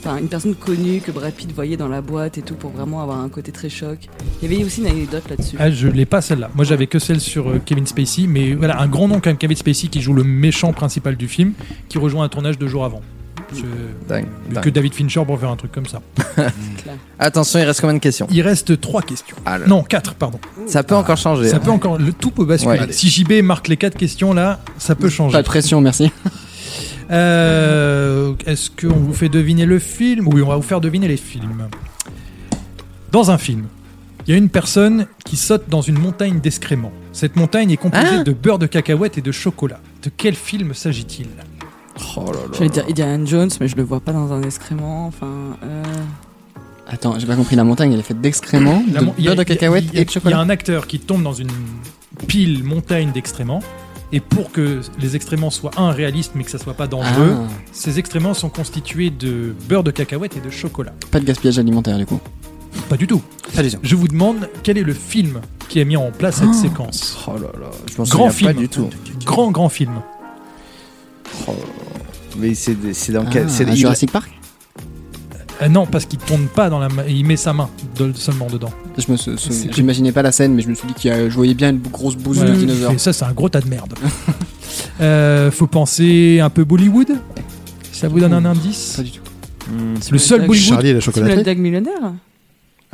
Enfin, une personne connue que Brad Pitt voyait dans la boîte et tout pour vraiment avoir un côté très choc. Il y avait aussi une anecdote là-dessus. Ah, je l'ai pas celle-là. Moi, j'avais que celle sur euh, Kevin Spacey, mais voilà, un grand nom quand même, Kevin Spacey qui joue le méchant principal du film, qui rejoint un tournage deux jours avant. C'est- Dingue, Que dingue. David Fincher pour faire un truc comme ça. Attention, il reste combien de questions Il reste trois questions. Ah là là. Non, quatre, pardon. Ça peut encore changer. Ça hein. peut encore, le tout peut basculer. Ouais, allez. si JB marque les quatre questions là, ça peut changer. Pas de pression, merci. Euh, Est-ce qu'on vous fait deviner le film Oui, on va vous faire deviner les films. Dans un film, il y a une personne qui saute dans une montagne d'excréments. Cette montagne est composée Ah. de beurre de cacahuète et de chocolat. De quel film s'agit-il Oh là là. J'allais Ah, dire Indiana Jones, mais je le vois pas dans un excrément. Enfin, euh, Attends, j'ai pas compris. La montagne, elle est faite d'excréments, de La mon- il y a- beurre de il y a- cacahuètes il y a- et de Il y a chocolat. un acteur qui tombe dans une pile montagne d'excréments. Et pour que les excréments soient un réalistes mais que ça soit pas dangereux, Ah. ces excréments sont constitués de beurre de cacahuète et de chocolat. Pas de gaspillage alimentaire du coup. Pas du tout. Pas du tout. Je vous demande quel est le film qui a mis en place cette séquence. Oh là là. Je m'en Grand souviens film. Pas du tout. Grand grand film. Oh là là. Mais c'est des- c'est dans Ah, quel. c'est- à il- Jurassic Park Euh, non, parce qu'il tourne pas dans la main, il met sa main de- seulement dedans. Je me sou- sou- C'était- J'imaginais pas la scène, mais je me suis dit qu'il y a- je voyais bien une grosse bouse Voilà. de dinosaure. Et ça, c'est un gros tas de merde. Euh, faut penser un peu Bollywood. Ça vous donne un indice Pas du tout. Le seul Mm. Doug- Bollywood. Charlie et la Simon chocolaterie. Dag millionnaire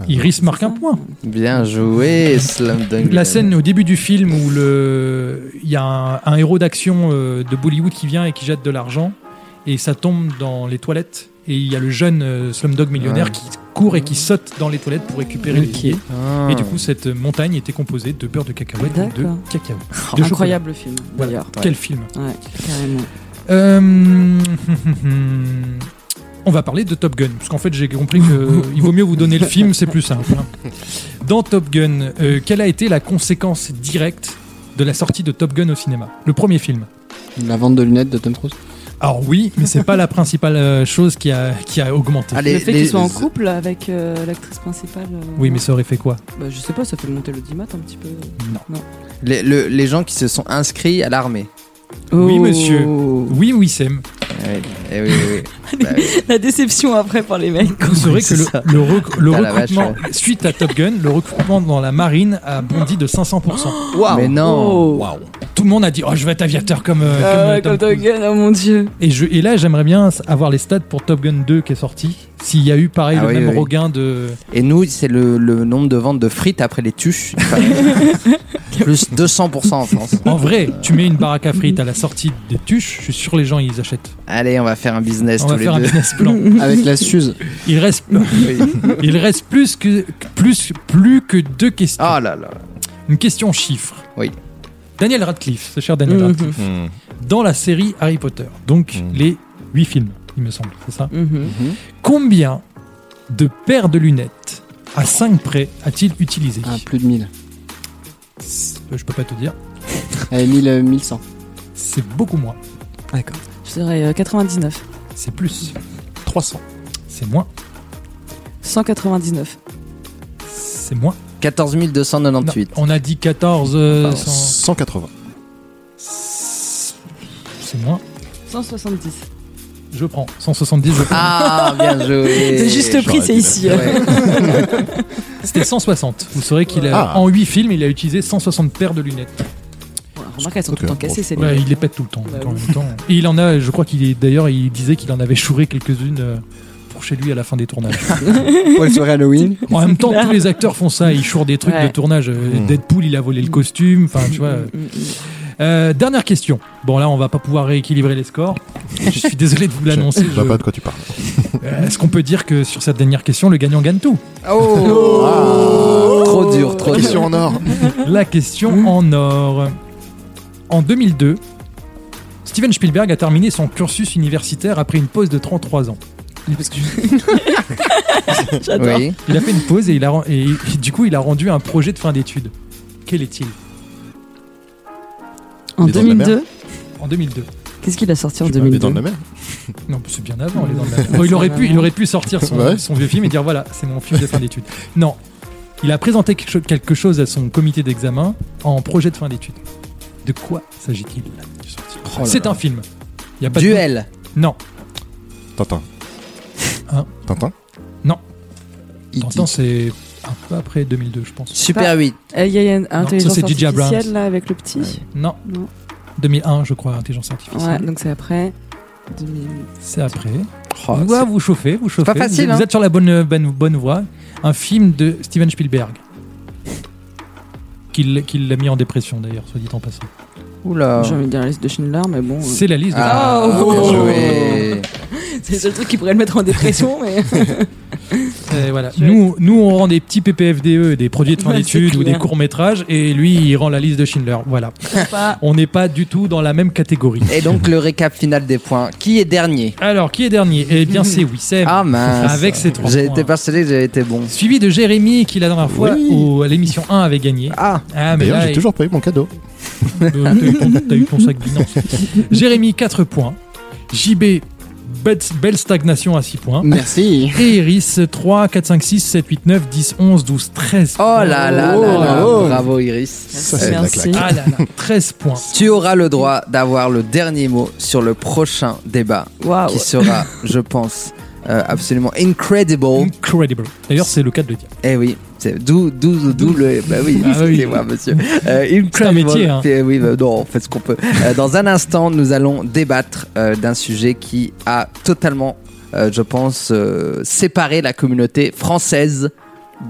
Iris marque un point. Bien joué, Slumdog. La scène au début du film où le- il y a un, un héros d'action euh, de Bollywood qui vient et qui jette de l'argent et ça tombe dans les toilettes et il y a le jeune euh, Slumdog millionnaire Ouais. qui court et qui saute dans les toilettes pour récupérer le Ok. pied. Ah. Et du coup, cette montagne était composée de beurre de cacahuète et de D'accord. cacao. Oh, De incroyable chocolat. film, Voilà. d'ailleurs. Quel Ouais. film. Ouais, carrément. Euh, On va parler de Top Gun, parce qu'en fait j'ai compris qu'il vaut mieux vous donner le film, c'est plus simple. hein. Dans Top Gun, euh, quelle a été la conséquence directe de la sortie de Top Gun au cinéma Le premier film La vente de lunettes de Tom Cruise. Alors oui, mais c'est pas la principale euh, chose qui a, qui a augmenté. le fait qu'il soit en couple avec euh, l'actrice principale. euh, Oui, non. mais ça aurait fait quoi Bah, je sais pas, ça fait monter l'audimat un petit peu. Non. Les, le- les gens qui se sont inscrits à l'armée. Oui, monsieur. Oh. Oui, oui, Sam. Eh oui, eh oui, oui, oui. Bah oui. La déception après par les mecs. C'est vrai que le, le rec- le Ah, la vache, recrutement, ouais. suite à Top Gun, le recrutement dans la marine a bondi de 500%. Ah, Mais non. Waouh. Tout le monde a dit oh, je vais être aviateur comme, euh, oh. Ah ouais, comme, euh, Tom comme Top Cruise. Gun, oh mon dieu. Et, je, et là, j'aimerais bien avoir les stats pour Top Gun 2 qui est sorti. S'il y a eu pareil Ah le oui, même oui. regain de. Et nous, c'est le, le nombre de ventes de frites après les tuches. il paraît. plus 200% en France. En vrai, tu mets une baraque à frites à la sortie des tuches, je suis sûr les gens ils achètent. Allez, on va faire un business On tous va les faire un deux. business plan. Avec la Suze. Il reste, il reste plus que plus plus que deux questions. Ah là là. Une question chiffre. Oui. Daniel Radcliffe, ce cher Daniel Mhm. Radcliffe, Hmm. dans la série Harry Potter, donc Mhm. les huit films, il me semble, c'est ça. Combien de paires de lunettes à 5 près a-t-il utilisé Euh, Ah, plus de 1000. Je peux pas te dire. Allez, 1000, euh, 1100. C'est beaucoup moins. D'accord. Je dirais euh, 99. C'est plus. 300. C'est moins. 199. C'est moins. 14 298. On a dit 14. euh, Pardon. cent- 180. C'est moins. 170. Je prends. 170, je prends. Ah, bien joué. C'est juste prix, c'est ici. C'était 160. Vous saurez qu'il a, Ah. en 8 films, il a utilisé 160 paires de lunettes. Remarque, elles sont tout le temps cassées, ces Ouais, lunettes. il les pète tout le temps. Bah donc en oui. même temps. Et il en a, je crois qu'il est, d'ailleurs, il disait qu'il en avait chouré quelques-unes euh, pour chez lui à la fin des tournages. Pour une soirée Halloween. En même temps, tous les acteurs font ça, ils chourent des trucs Ouais. de tournage. Euh, Hmm. Mm. Deadpool, il a volé le costume, enfin, tu Mm, vois. Euh, dernière question. Bon, là, on va pas pouvoir rééquilibrer les scores. Je suis désolé de vous l'annoncer. Je vois je- pas de quoi tu parles. Euh, Est-ce qu'on peut dire que sur cette dernière question, le gagnant gagne tout Oh. Oh, Trop dur, trop dur. Question en or. La question Hein en or. En 2002, Steven Spielberg a terminé son cursus universitaire après une pause de 33 ans. Parce que J'adore. Oui. Il a fait une pause et, il a, ren- et du coup, il a rendu un projet de fin d'études. Quel est-il En Les dents de la mer. 2002, En 2002. qu'est-ce qu'il a sorti en Tu m'as mis dans 2002 la mer. Non, c'est bien avant. Les Dents de la Mer. Bon, il, aurait pu, il aurait pu sortir son, Ouais. son vieux film et dire voilà, c'est mon film de fin d'études. Non, il a présenté quelque cho- quelque chose à son comité d'examen en projet de fin d'études. De quoi s'agit-il là C'est un film. Il y a pas de- Oh Duel. Non, Tintin. Hein Tintin Tintin, c'est un peu après 2002, je pense. Super 8. Euh, Il y a une intelligence c'est J.J. Abrams. artificielle là avec le petit. Non, Non. 2001, je crois, intelligence artificielle. Ouais, donc c'est après 2000. C'est après. Oh, vous, c'est- vous chauffez, vous chauffez. pas facile, vous, vous hein. êtes sur la bonne, bonne, bonne voie. Un film de Steven Spielberg. Qu'il qu'il l'a mis en dépression d'ailleurs, soit dit en passant. Ah. Oula. J'ai envie de dire la liste de Schindler, mais bon. euh, C'est la liste de. hein. Ah, Oh. bien joué. C'est le seul truc qui pourrait le mettre en dépression, mais. Euh, voilà. nous, nous, on rend des petits PPFDE, E, des produits de fin Ouais, c'est d'études ou des clair. courts-métrages, et lui, il rend la liste de Schindler. Voilà. pas. On n'est pas du tout dans la même catégorie. Et donc, le récap final des points. Qui est dernier Alors, qui est dernier Eh bien, c'est Wissem. Ah mince. Avec ses trois J'ai points. été persuadé que j'avais été bon. Suivi de Jérémy, qui la dernière fois, Oui. au- à l'émission 1, avait gagné. Ah, Ah, mais D'ailleurs, là, j'ai toujours pas eu mon cadeau. euh, t'as eu ton- t'as eu ton sac binance. Jérémy, 4 points. JB, belle, belle stagnation à 6 points. Merci. Et Iris, 3, 4, 5, 6, 7, 8, 9, 10, 11, 12, 13. oh là là Oh, là là. oh. Bravo, Iris. Ça, c'est de la claque. Ah là là, 13 points. Tu auras le droit d'avoir le dernier mot sur le prochain débat Waouh. qui sera, je pense, euh, absolument incredible. Incredible. D'ailleurs, c'est le cas de le dire. Eh oui, c'est d'où, d'où, d'où le. Bah oui, Ah oui. excusez-moi, monsieur. Euh, une C'est un métier, hein. Eh oui, bah non, on fait ce qu'on peut. Euh, dans un instant, nous allons débattre euh, d'un sujet qui a totalement, euh, je pense, euh, séparé la communauté française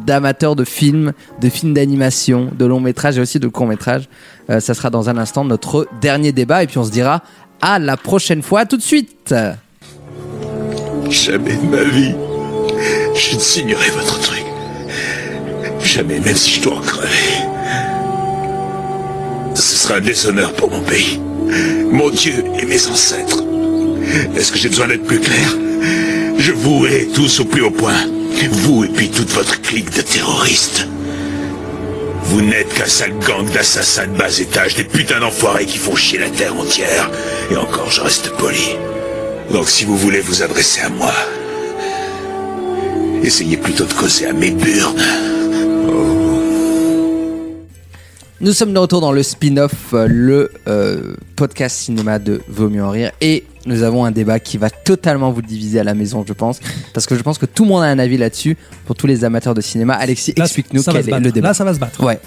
d'amateurs de films, de films d'animation, de longs métrages et aussi de courts métrages. Euh, ça sera dans un instant notre dernier débat et puis on se dira à la prochaine fois, à tout de suite. Jamais de ma vie, je ne signerai votre truc. Jamais, même si je dois en crever. Ce sera un déshonneur pour mon pays, mon Dieu et mes ancêtres. Est-ce que j'ai besoin d'être plus clair Je vous hais tous au plus haut point. Vous et puis toute votre clique de terroristes. Vous n'êtes qu'un sale gang d'assassins de bas étage, des putains d'enfoirés qui font chier la terre entière. Et encore, je reste poli. Donc si vous voulez vous adresser à moi, essayez plutôt de causer à mes burnes. Nous sommes de retour dans le spin-off, euh, le euh, podcast cinéma de Vaut mieux en rire. Et nous avons un débat qui va totalement vous diviser à la maison, je pense. Parce que je pense que tout le monde a un avis là-dessus. Pour tous les amateurs de cinéma, Alexis, Là, explique-nous ça va se quel est battre. le débat. Là, ça va se battre. Ouais.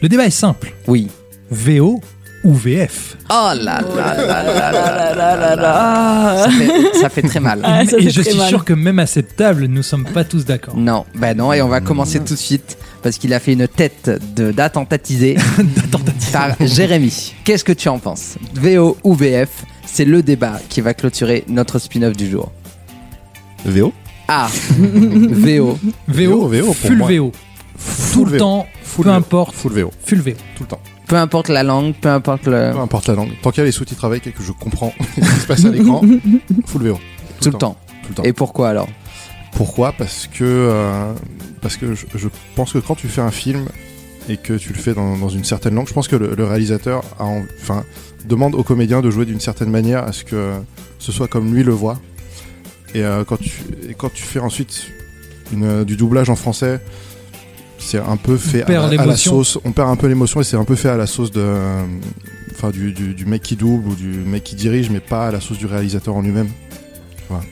Le débat est simple. Oui. VO ou VF Oh là là là là là là là là. Ça fait, ça fait très mal. Et je suis sûr que même à cette table, nous sommes pas tous d'accord. Non, bah non, et on va commencer tout de suite parce qu'il a fait une tête de d'attentatisé par Jérémy. Qu'est-ce que tu en penses VO ou VF C'est le débat qui va clôturer notre spin-off du jour. VO Ah VO. VO, VO, pour full moi. VO. Tout le temps, peu importe. Full VO. Full VO. Tout le temps. Peu importe la langue, peu importe le. Peu importe la langue. Tant qu'il y a les sous-titres avec et que je comprends ce qui se passe à l'écran, full VO. Tout le temps. Tout le temps. Et pourquoi alors Pourquoi Parce que, euh, parce que je, je pense que quand tu fais un film et que tu le fais dans, dans une certaine langue, je pense que le, le réalisateur a en- enfin, demande aux comédiens de jouer d'une certaine manière à ce que ce soit comme lui le voit. Et, euh, quand, tu, et quand tu fais ensuite une, euh, du doublage en français, c'est un peu fait à, perd la- à la l'émotion. sauce. On perd un peu l'émotion et c'est un peu fait à la sauce de, euh, enfin, du, du- du mec qui double ou du mec qui dirige, mais pas à la sauce du réalisateur en lui-même. Voilà.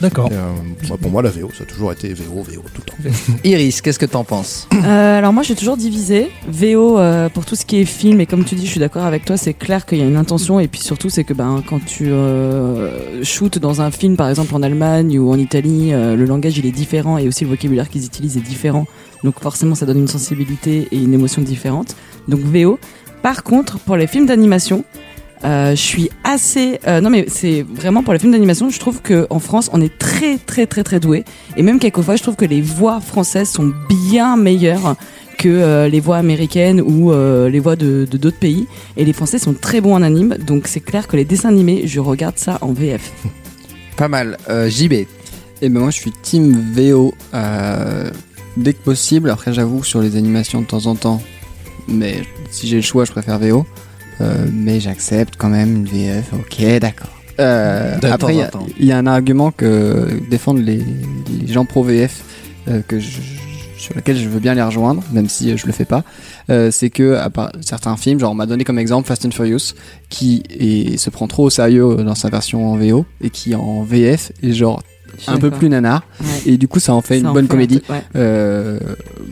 D'accord. Et, euh, moi, pour moi, la VO, ça a toujours été VO, VO, tout le temps. Iris, qu'est-ce que t'en penses Euh, alors moi, j'ai toujours divisé. VO euh, pour tout ce qui est film et comme tu dis, je suis d'accord avec toi. C'est clair qu'il y a une intention et puis surtout, c'est que ben quand tu euh, shootes dans un film, par exemple en Allemagne ou en Italie, euh, le langage il est différent et aussi le vocabulaire qu'ils utilisent est différent. Donc forcément, ça donne une sensibilité et une émotion différente. Donc VO. Par contre, pour les films d'animation, euh, je suis assez. euh, non, mais c'est vraiment pour les films d'animation, je trouve que en France, on est très, très, très, très doué. Et même quelquefois, je trouve que les voix françaises sont bien meilleures que euh, les voix américaines ou euh, les voix de de d'autres pays. Et les Français sont très bons en anime, donc c'est clair que les dessins animés, je regarde ça en VF. Pas mal. Euh, JB. Et ben moi je suis team VO euh, dès que possible. Après j'avoue sur les animations de temps en temps, mais si j'ai le choix je préfère VO. Euh, mais j'accepte quand même une VF. Ok d'accord. Euh, De temps après il y en a- temps. il y, a un argument que défendent les, les gens pro VF euh, que je- sur lequel je veux bien les rejoindre, même si euh, je le fais pas. Euh, c'est que à part certains films, genre on m'a donné comme exemple Fast and Furious, qui est- se prend trop au sérieux euh, dans sa version en VO et qui en VF est genre Je suis un peu d'accord. plus nanar Ouais. et du coup ça en fait Ça une en bonne fait un comédie. truc, ouais. Euh,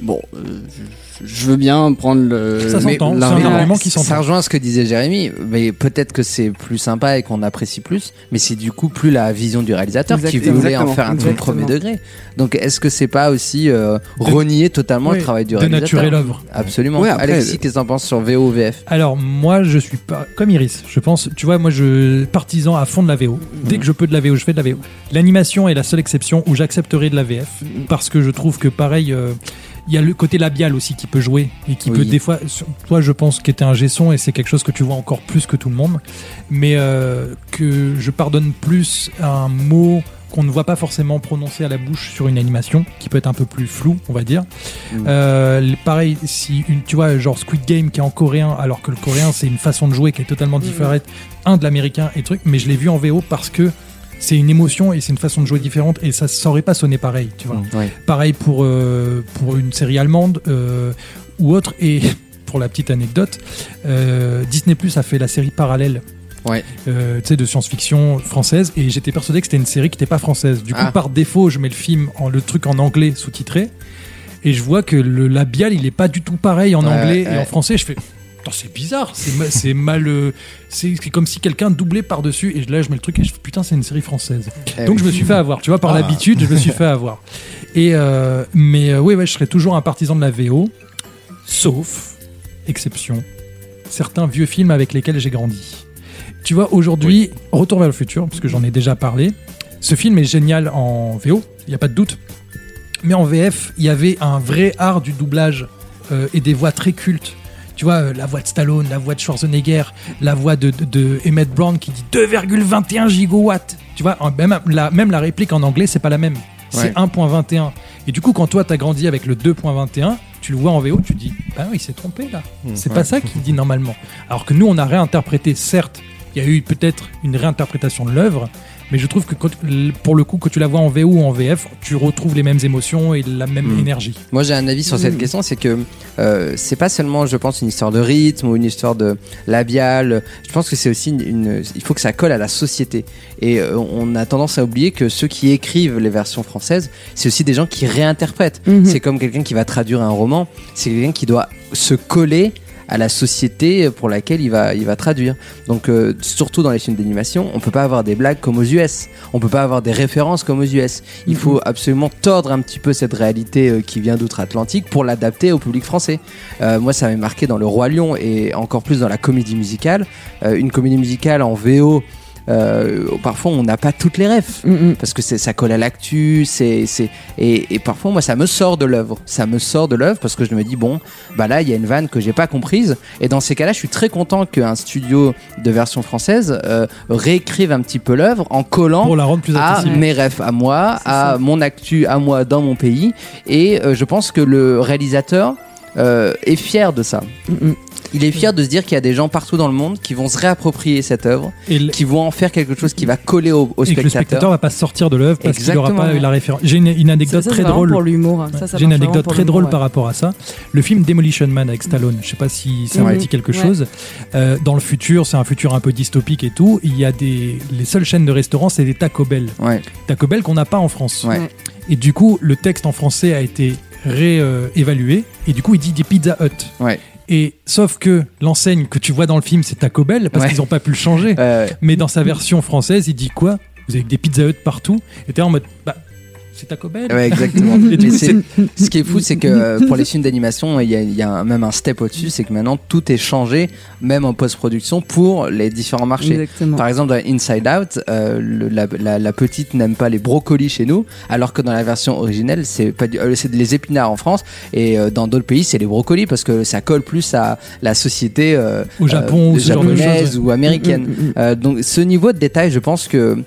bon, euh, je, je veux bien prendre le. Ça s'entend, Euh, mais- c'est un l'argument. argument qui s'entend. Ça rejoint ce que disait Jérémy, mais peut-être que c'est plus sympa et qu'on apprécie plus, mais c'est du coup plus la vision du réalisateur qui Exactement. voulait en faire un truc Exactement. premier degré. Donc est-ce que c'est pas aussi euh, renier totalement oui, le travail du réalisateur dénaturer l'œuvre. Absolument. Ouais, après- Alexis, qu'est-ce que t'en penses sur VO ou VF Alors moi je suis pas comme Iris, je pense, tu vois moi je partisan à fond de la VO. Dès que je peux de la VO, je fais de la VO. L'animation est la seule exception où j'accepterai de la VF parce que je trouve que pareil euh, il y a le côté labial aussi qui peut jouer et qui Oui. peut des fois sur- toi je pense qu'était un gesson et c'est quelque chose que tu vois encore plus que tout le monde mais euh, que je pardonne plus un mot qu'on ne voit pas forcément prononcé à la bouche sur une animation qui peut être un peu plus flou on va dire euh, les- pareil, si une, tu vois, genre Squid Game qui est en coréen, alors que le coréen c'est une façon de jouer qui est totalement différente, un de l'américain et truc, mais je l'ai vu en VO parce que c'est une émotion et c'est une façon de jouer différente et ça saurait pas sonner pareil, tu vois. Pareil pour, euh, pour une série allemande euh, ou autre. Et pour la petite anecdote, euh, Disney Plus a fait la série parallèle. Ouais. Euh, tu sais, de science-fiction française et j'étais persuadé que c'était une série qui n'était pas française du coup Ah. par défaut je mets le film en le truc en anglais sous-titré et je vois que le labial il est pas du tout pareil en Ouais, anglais ouais, et ouais. en français je fais "Putain, Putain, c'est bizarre, c'est ma- c'est mal. euh, c'est c'est comme si quelqu'un doublait par-dessus. Et là, je mets le truc et je fais, putain, c'est une série française. Eh Donc oui. je me suis fait avoir, tu vois, par Ah. l'habitude, je me suis fait avoir. Et euh, mais euh, ouais, ouais, je serais toujours un partisan de la VO, sauf exception, certains vieux films avec lesquels j'ai grandi. Tu vois, aujourd'hui, Retour vers le futur, parce que j'en ai déjà parlé, ce film est génial en VO, il n'y a pas de doute. Mais en VF, il y avait un vrai art du doublage euh, et des voix très cultes. Tu vois, euh, la voix de Stallone, la voix de Schwarzenegger, la voix de, de, de Emmett Brown qui dit 2,21 gigawatts. Tu vois, en- même la, même la réplique en anglais, c'est pas la même. Ouais. C'est 1.21. Et du coup, quand toi, t'as grandi avec le 2.21, tu le vois en VO, tu dis, bah oui, il s'est trompé là. Mmh, C'est ouais. pas ça qu'il dit normalement. Alors que nous, on a réinterprété, certes, il y a eu peut-être une réinterprétation de l'œuvre, mais je trouve que quand- pour le coup, que tu la vois en VO ou en VF, tu retrouves les mêmes émotions et la même Mm. énergie. Moi, j'ai un avis sur cette Mm. question, c'est que euh, c'est pas seulement, je pense, une histoire de rythme ou une histoire de labiale. Je pense que c'est aussi une, une- il faut que ça colle à la société. Et euh, on a tendance à oublier que ceux qui écrivent les versions françaises, c'est aussi des gens qui réinterprètent. Mhm. C'est comme quelqu'un qui va traduire un roman, c'est quelqu'un qui doit se coller à la société pour laquelle il va, il va traduire. Donc, euh, surtout dans les films d'animation, on peut pas avoir des blagues comme aux US. On peut pas avoir des références comme aux US. Il Mhm. faut absolument tordre un petit peu cette réalité euh, qui vient d'outre-Atlantique pour l'adapter au public français. Euh, moi, ça m'avait marqué dans Le Roi Lion et encore plus dans la comédie musicale. Euh, une comédie musicale en VO. euh, parfois on n'a pas toutes les rêves Mhm, parce que c'est- ça colle à l'actu c'est c'est- et, et parfois moi ça me sort de l'œuvre ça me sort de l'œuvre parce que je me dis bon bah là il y a une vanne que j'ai pas comprise et dans ces cas là je suis très content qu'un studio de version française euh, réécrive un petit peu l'œuvre en collant Pour la rendre plus Ah. à accessible. mes rêves à moi à mon actu à moi dans mon pays et euh, je pense que le réalisateur euh, est fier de ça mhm. il est fier de se dire qu'il y a des gens partout dans le monde qui vont se réapproprier cette œuvre, qui vont en faire quelque chose qui va coller au, au et que le spectateur va pas sortir de l'œuvre parce qu'il n'aura pas Exactement. eu la référence. J'ai une, une anecdote Ça, ça, très c'est vraiment drôle. pour l'humour, hein. Ouais. Ça, ça J'ai une marche vraiment anecdote pour très l'humour, drôle ouais. par rapport à ça. Le film Demolition Man avec Stallone, je sais pas si ça vous Ouais. dit quelque Ouais. chose. Euh, dans le futur, c'est un futur un peu dystopique et tout. Il y a des les seules chaînes de restaurants, c'est des Taco Bell. Taco Bell qu'on n'a pas en France. Et du coup, le texte en français a été réévalué et du coup, il dit des Pizza Hut. Et sauf que l'enseigne que tu vois dans le film, c'est Taco Bell parce Ouais. qu'ils n'ont pas pu le changer. Euh, Mais dans sa version française, il dit quoi Vous avez des Pizza Hut partout Et t'es en mode bah c'est Taco Bell. Ouais, exactement. Et du Mais coup, c'est- ce qui est fou, c'est que euh, pour les films d'animation, il y a, il y a un- même un step au-dessus, c'est que maintenant tout est changé, même en post-production, pour les différents marchés. Exactement. Par exemple, dans Inside Out, euh, le- la, la- la petite n'aime pas les brocolis chez nous, alors que dans la version originelle, c'est pas du- euh, c'est les épinards en France, et euh, dans d'autres pays, c'est les brocolis parce que ça colle plus à la société euh, Au Japon, ou ce genre de japonaise choses, ouais. ou américaine. Mhm, Mm, mm, mm. Euh, donc ce niveau de détail, je pense que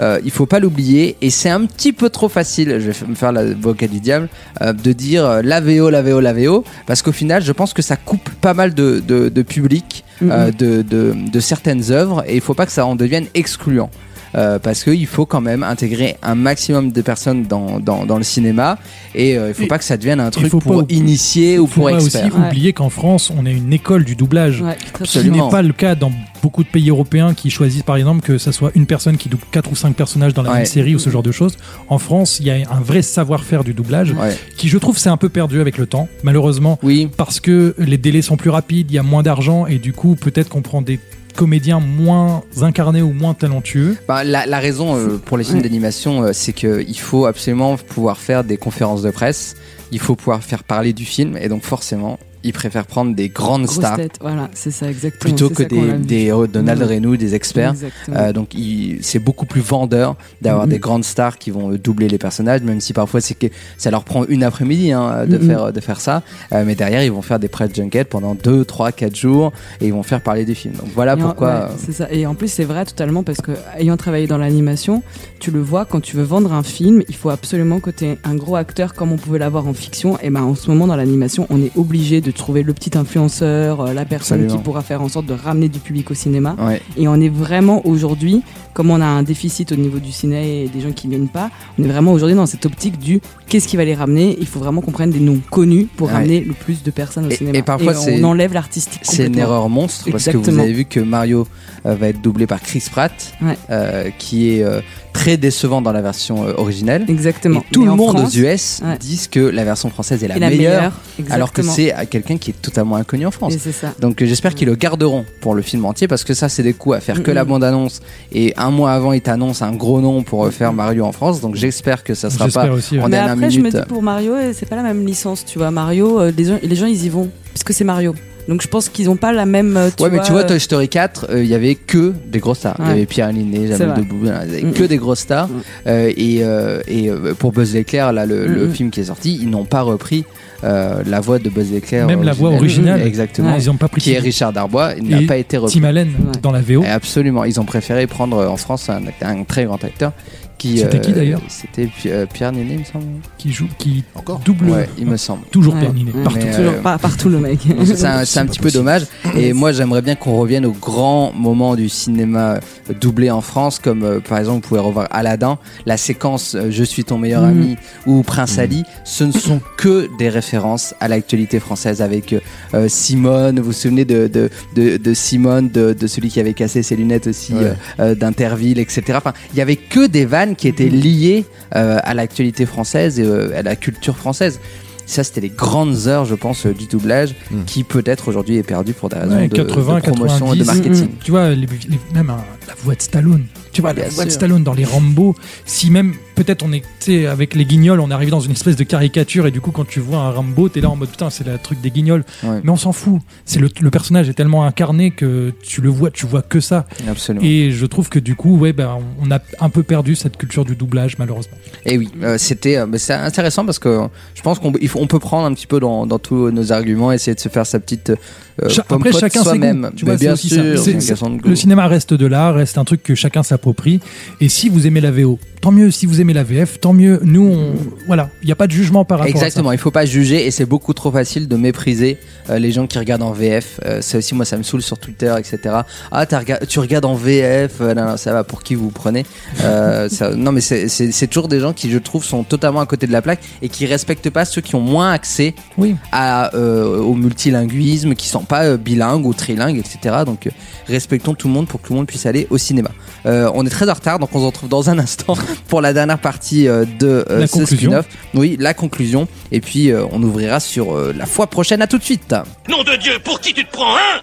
euh, il faut pas l'oublier et c'est un petit peu trop facile. Je vais f- me faire la boca du diable euh, de dire euh, la VO, la VO, la VO, parce qu'au final, je pense que ça coupe pas mal de, de, de public, mhm. euh, Mm-hmm. de, de, de certaines œuvres et il faut pas que ça en devienne excluant. Euh, parce qu'il faut quand même intégrer un maximum de personnes dans, dans, dans le cinéma et euh, il faut Et- pas que ça devienne un et truc faut pas pour oubli- initier ou faut pour pas experts. aussi oublier qu'en France, on a une école du doublage. Ouais, ce qui absolument. n'est pas le cas dans beaucoup de pays européens qui choisissent par exemple que ça soit une personne qui double 4 ou 5 personnages dans la Ouais. même série ou ce genre de choses. En France, il y a un vrai savoir-faire du doublage qui, je trouve, s'est un peu perdu avec le temps, malheureusement. Oui. Parce que les délais sont plus rapides, il y a moins d'argent et du coup, peut-être qu'on prend des comédiens moins incarnés ou moins talentueux. Bah, la, la raison euh, pour les films d'animation, euh, c'est qu'il faut absolument pouvoir faire des conférences de presse, il faut pouvoir faire parler du film, et donc forcément, ils préfèrent prendre des grandes Grosse stars tête, voilà, c'est ça exactement. plutôt c'est que ça qu'on des, a vu. des euh, Donald Mmh. Renaud, des experts. Exactement. Euh, donc il- c'est beaucoup plus vendeur d'avoir Mhm. des grandes stars qui vont euh, doubler les personnages, même si parfois c'est que ça leur prend une après-midi hein, de Mhm. faire euh, de faire ça. Euh, mais derrière ils vont faire des press junkets pendant 2, 3, 4 jours et ils vont faire parler du film. Donc voilà Et en- pourquoi. ouais, euh, c'est ça. Et en plus, c'est vrai totalement parce que, ayant travaillé dans l'animation, tu le vois, quand tu veux vendre un film, il faut absolument que tu aies un gros acteur comme on pouvait l'avoir en fiction. Et ben, en ce moment, dans l'animation, on est obligé de trouver le petit influenceur, euh, la personne Absolument. qui pourra faire en sorte de ramener du public au cinéma. euh, Ouais. Et on est vraiment aujourd'hui, comme on a un déficit au niveau du ciné et des gens qui viennent pas, on est vraiment aujourd'hui dans cette optique du qu'est-ce qui va les ramener. Il faut vraiment qu'on prenne des noms connus pour Ouais. ramener le plus de personnes au Et- cinéma. et parfois, c'est- on enlève l'artistique. C'est une complètement. erreur monstre parce que vous Exactement. avez vu que Mario euh, va être doublé par Chris Pratt, Ouais. euh, qui est euh, très décevant dans la version euh, originelle. Exactement. Et tout Mais le en monde France, aux US ouais. disent que la version française est la, Et la meilleure, meilleure, alors que exactement. c'est à quelqu'un qui est totalement inconnu en France. Et c'est ça. Donc euh, j'espère qu'ils le garderont pour le film entier parce que ça c'est des coups à faire que Mm, la mm. bande annonce et un mois avant ils t'annoncent un gros nom pour euh, faire Mario en France. Donc j'espère que ça sera J'espère pas aussi, ouais. en Mais dernière après, je me minute. dis pour Mario, euh, c'est pas la même licence, tu vois. Mario, euh, les, gens, les gens, ils y vont parce que c'est Mario. Donc je pense qu'ils ont pas la même. euh, Tu ouais, mais tu vois, euh, Toy Story 4, euh, il y avait que des grosses stars. Il y Ouais. avait Pierre Linné, C'est Jamel vrai. Mm, Debbouze, voilà, il y avait que des grosses stars. Euh, et euh, et euh, pour Buzz l'éclair, là, le, le Mm, mm. film qui est sorti, ils n'ont pas repris euh, la voix de Buzz l'éclair. Même la voix originale. Exactement. Ouais. Ils ont pas pris Qui est Tim- Richard Darbois, il n'a Et pas été repris. Tim Allen dans la VO. Et absolument. Ils ont préféré prendre euh, en France un, act- un très grand acteur. qui euh, C'était qui, d'ailleurs C'était Pi- euh, Pierre Linné, il me semble. Qui joue, qui Encore double. Ouais, il me semble. Toujours Ouais. Pierre Ninet, Mais, partout. euh, Toujours pas- partout le mec. donc c'est un, c'est un petit peu dommage. Et moi, j'aimerais bien qu'on revienne au grand moment du cinéma euh, doublé en France, comme euh, par exemple, vous pouvez revoir Aladdin, la séquence euh, Je suis ton meilleur Mhm. ami ou Prince Ali. Ce ne sont que des références à l'actualité française avec euh, euh, Simone. Vous vous souvenez de, de, de, de Simone, de, de celui qui avait cassé ses lunettes aussi, Ouais. euh, euh, d'Interville, etc. Enfin, il y avait que des vannes qui étaient liées euh, à l'actualité française et euh, à la culture française. Ça, c'était les grandes heures, je pense, euh, du doublage, qui peut-être aujourd'hui est perdu pour des raisons Ouais, de, 80, de promotion 90, et de marketing. mm, Tu vois, les- les- même hein, la voix de Stallone. Tu vois, la Bien voix de sûr. Stallone dans les Rambo. Si même, peut-être, on était avec les guignols, on arrive dans une espèce de caricature et du coup, quand tu vois un Rambo, t'es là en mode putain, c'est le truc des guignols. Ouais. Mais on s'en fout. C'est le, le personnage est tellement incarné que tu le vois, tu vois que ça. Absolument. Hmm. Et je trouve que du coup, ouais, ben, on a un peu perdu cette culture du doublage, malheureusement. Et oui, euh, c'était, euh, mais c'est intéressant parce que euh, je pense qu'on il faut- on peut prendre un petit peu dans, dans tous nos arguments, essayer de se faire sa petite euh, Cha- pomme après, pote chacun ses soi-même. goûts, tu Mais vois, c'est bien aussi ça. sûr, C'est- c'est une c'est- question de goût. le cinéma reste de l'art, reste un truc que chacun s'approprie. Et si vous aimez la VO, tant mieux. Si vous aimez la VF, tant mieux. Nous, on, voilà, il n'y a pas de jugement par rapport Exactement, à ça. il faut pas juger et c'est beaucoup trop facile de mépriser euh, les gens qui regardent en VF. Euh, c'est aussi moi ça me saoule sur Twitter, etc. Ah t'as rega- tu regardes en VF, euh, non, non, ça va pour qui vous vous prenez Euh, ça- Non mais c'est- c'est c'est toujours des gens qui je trouve sont totalement à côté de la plaque et qui respectent pas ceux qui ont moins accès Oui. à, euh, au multilinguisme, qui sont pas euh, bilingues ou trilingues, etc. Donc euh, respectons tout le monde pour que tout le monde puisse aller au cinéma. Euh, on est très en retard, donc on se retrouve dans un instant pour la dernière partie euh, de euh, La ce conclusion. spin-off. Oui, la conclusion. Et puis euh, on ouvrira sur euh, la fois prochaine. À tout de suite. Nom de Dieu, pour qui tu te prends, hein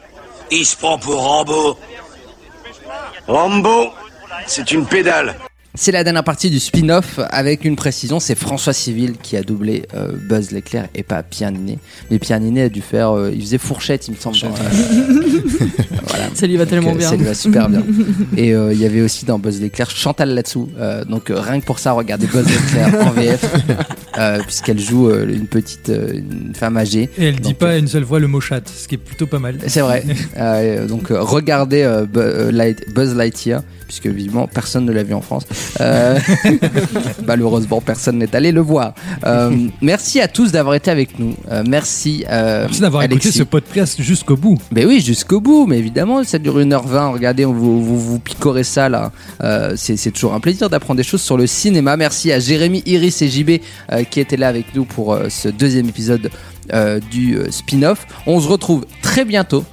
Il se prend pour Rambo. Rambo, c'est une pédale. C'est la dernière partie du spin-off avec une précision, c'est François Civil qui a doublé euh, Buzz l'éclair et pas Pierre Ninet. Mais Pierre Ninet a dû faire, euh, il faisait fourchette, il me semble. dans, euh, voilà. Ça lui va Donc, tellement euh, bien. Ça lui va super bien. Et euh, il y avait aussi dans Buzz l'éclair Chantal Latsou. Euh, donc euh, rien que pour ça, regardez Buzz l'éclair en VF, euh, puisqu'elle joue euh, une petite euh, une femme âgée. Et elle dit Donc, euh, pas une seule fois le mot chat, ce qui est plutôt pas mal. c'est vrai. Euh, donc euh, regardez euh, Bu- euh, Light- Buzz Lightyear, puisque vivement personne ne l'a vu en France. Euh, malheureusement, personne n'est allé le voir. Euh, merci à tous d'avoir été avec nous. Euh, merci. euh, Merci d'avoir écouté Alexis. ce podcast jusqu'au bout. Mais Ben oui, jusqu'au bout, mais évidemment, ça dure 1h20. Regardez, on vous, vous, vous picorez ça là. Euh, c'est c'est toujours un plaisir d'apprendre des choses sur le cinéma. Merci à Jérémy, Iris et JB euh, qui étaient là avec nous pour euh, ce deuxième épisode euh, du euh, spin-off. On se retrouve très bientôt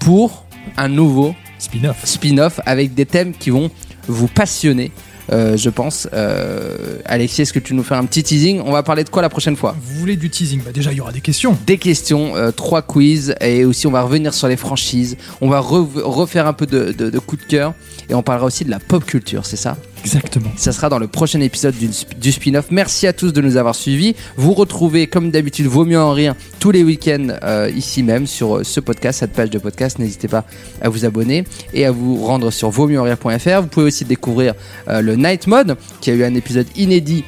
pour un nouveau spin-off spin-off avec des thèmes qui vont vous passionner. euh, je pense. Euh, Alexis, est-ce que tu nous fais un petit teasing On va parler de quoi la prochaine fois Vous voulez du teasing Bah déjà, il y aura des questions. des questions, euh, trois quiz, et aussi on va revenir sur les franchises. On va re- refaire un peu de, de, de coup de cœur, et on parlera aussi de la pop culture, c'est ça Exactement. Ça sera dans le prochain épisode du, sp- du spin-off. Merci à tous de nous avoir suivis. Vous retrouvez, comme d'habitude, Vaut mieux en rire tous les week-ends euh, ici même sur euh, ce podcast, cette page de podcast. N'hésitez pas à vous abonner et à vous rendre sur vaut mieux en rire.fr. Vous pouvez aussi découvrir euh, le Night Mode, qui a eu un épisode inédit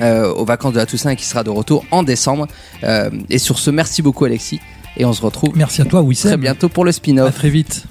euh, aux vacances de la Toussaint et qui sera de retour en décembre. Euh, et sur ce, merci beaucoup Alexis. Et on se retrouve Merci à toi, Wissem. très bientôt pour le spin-off. très vite.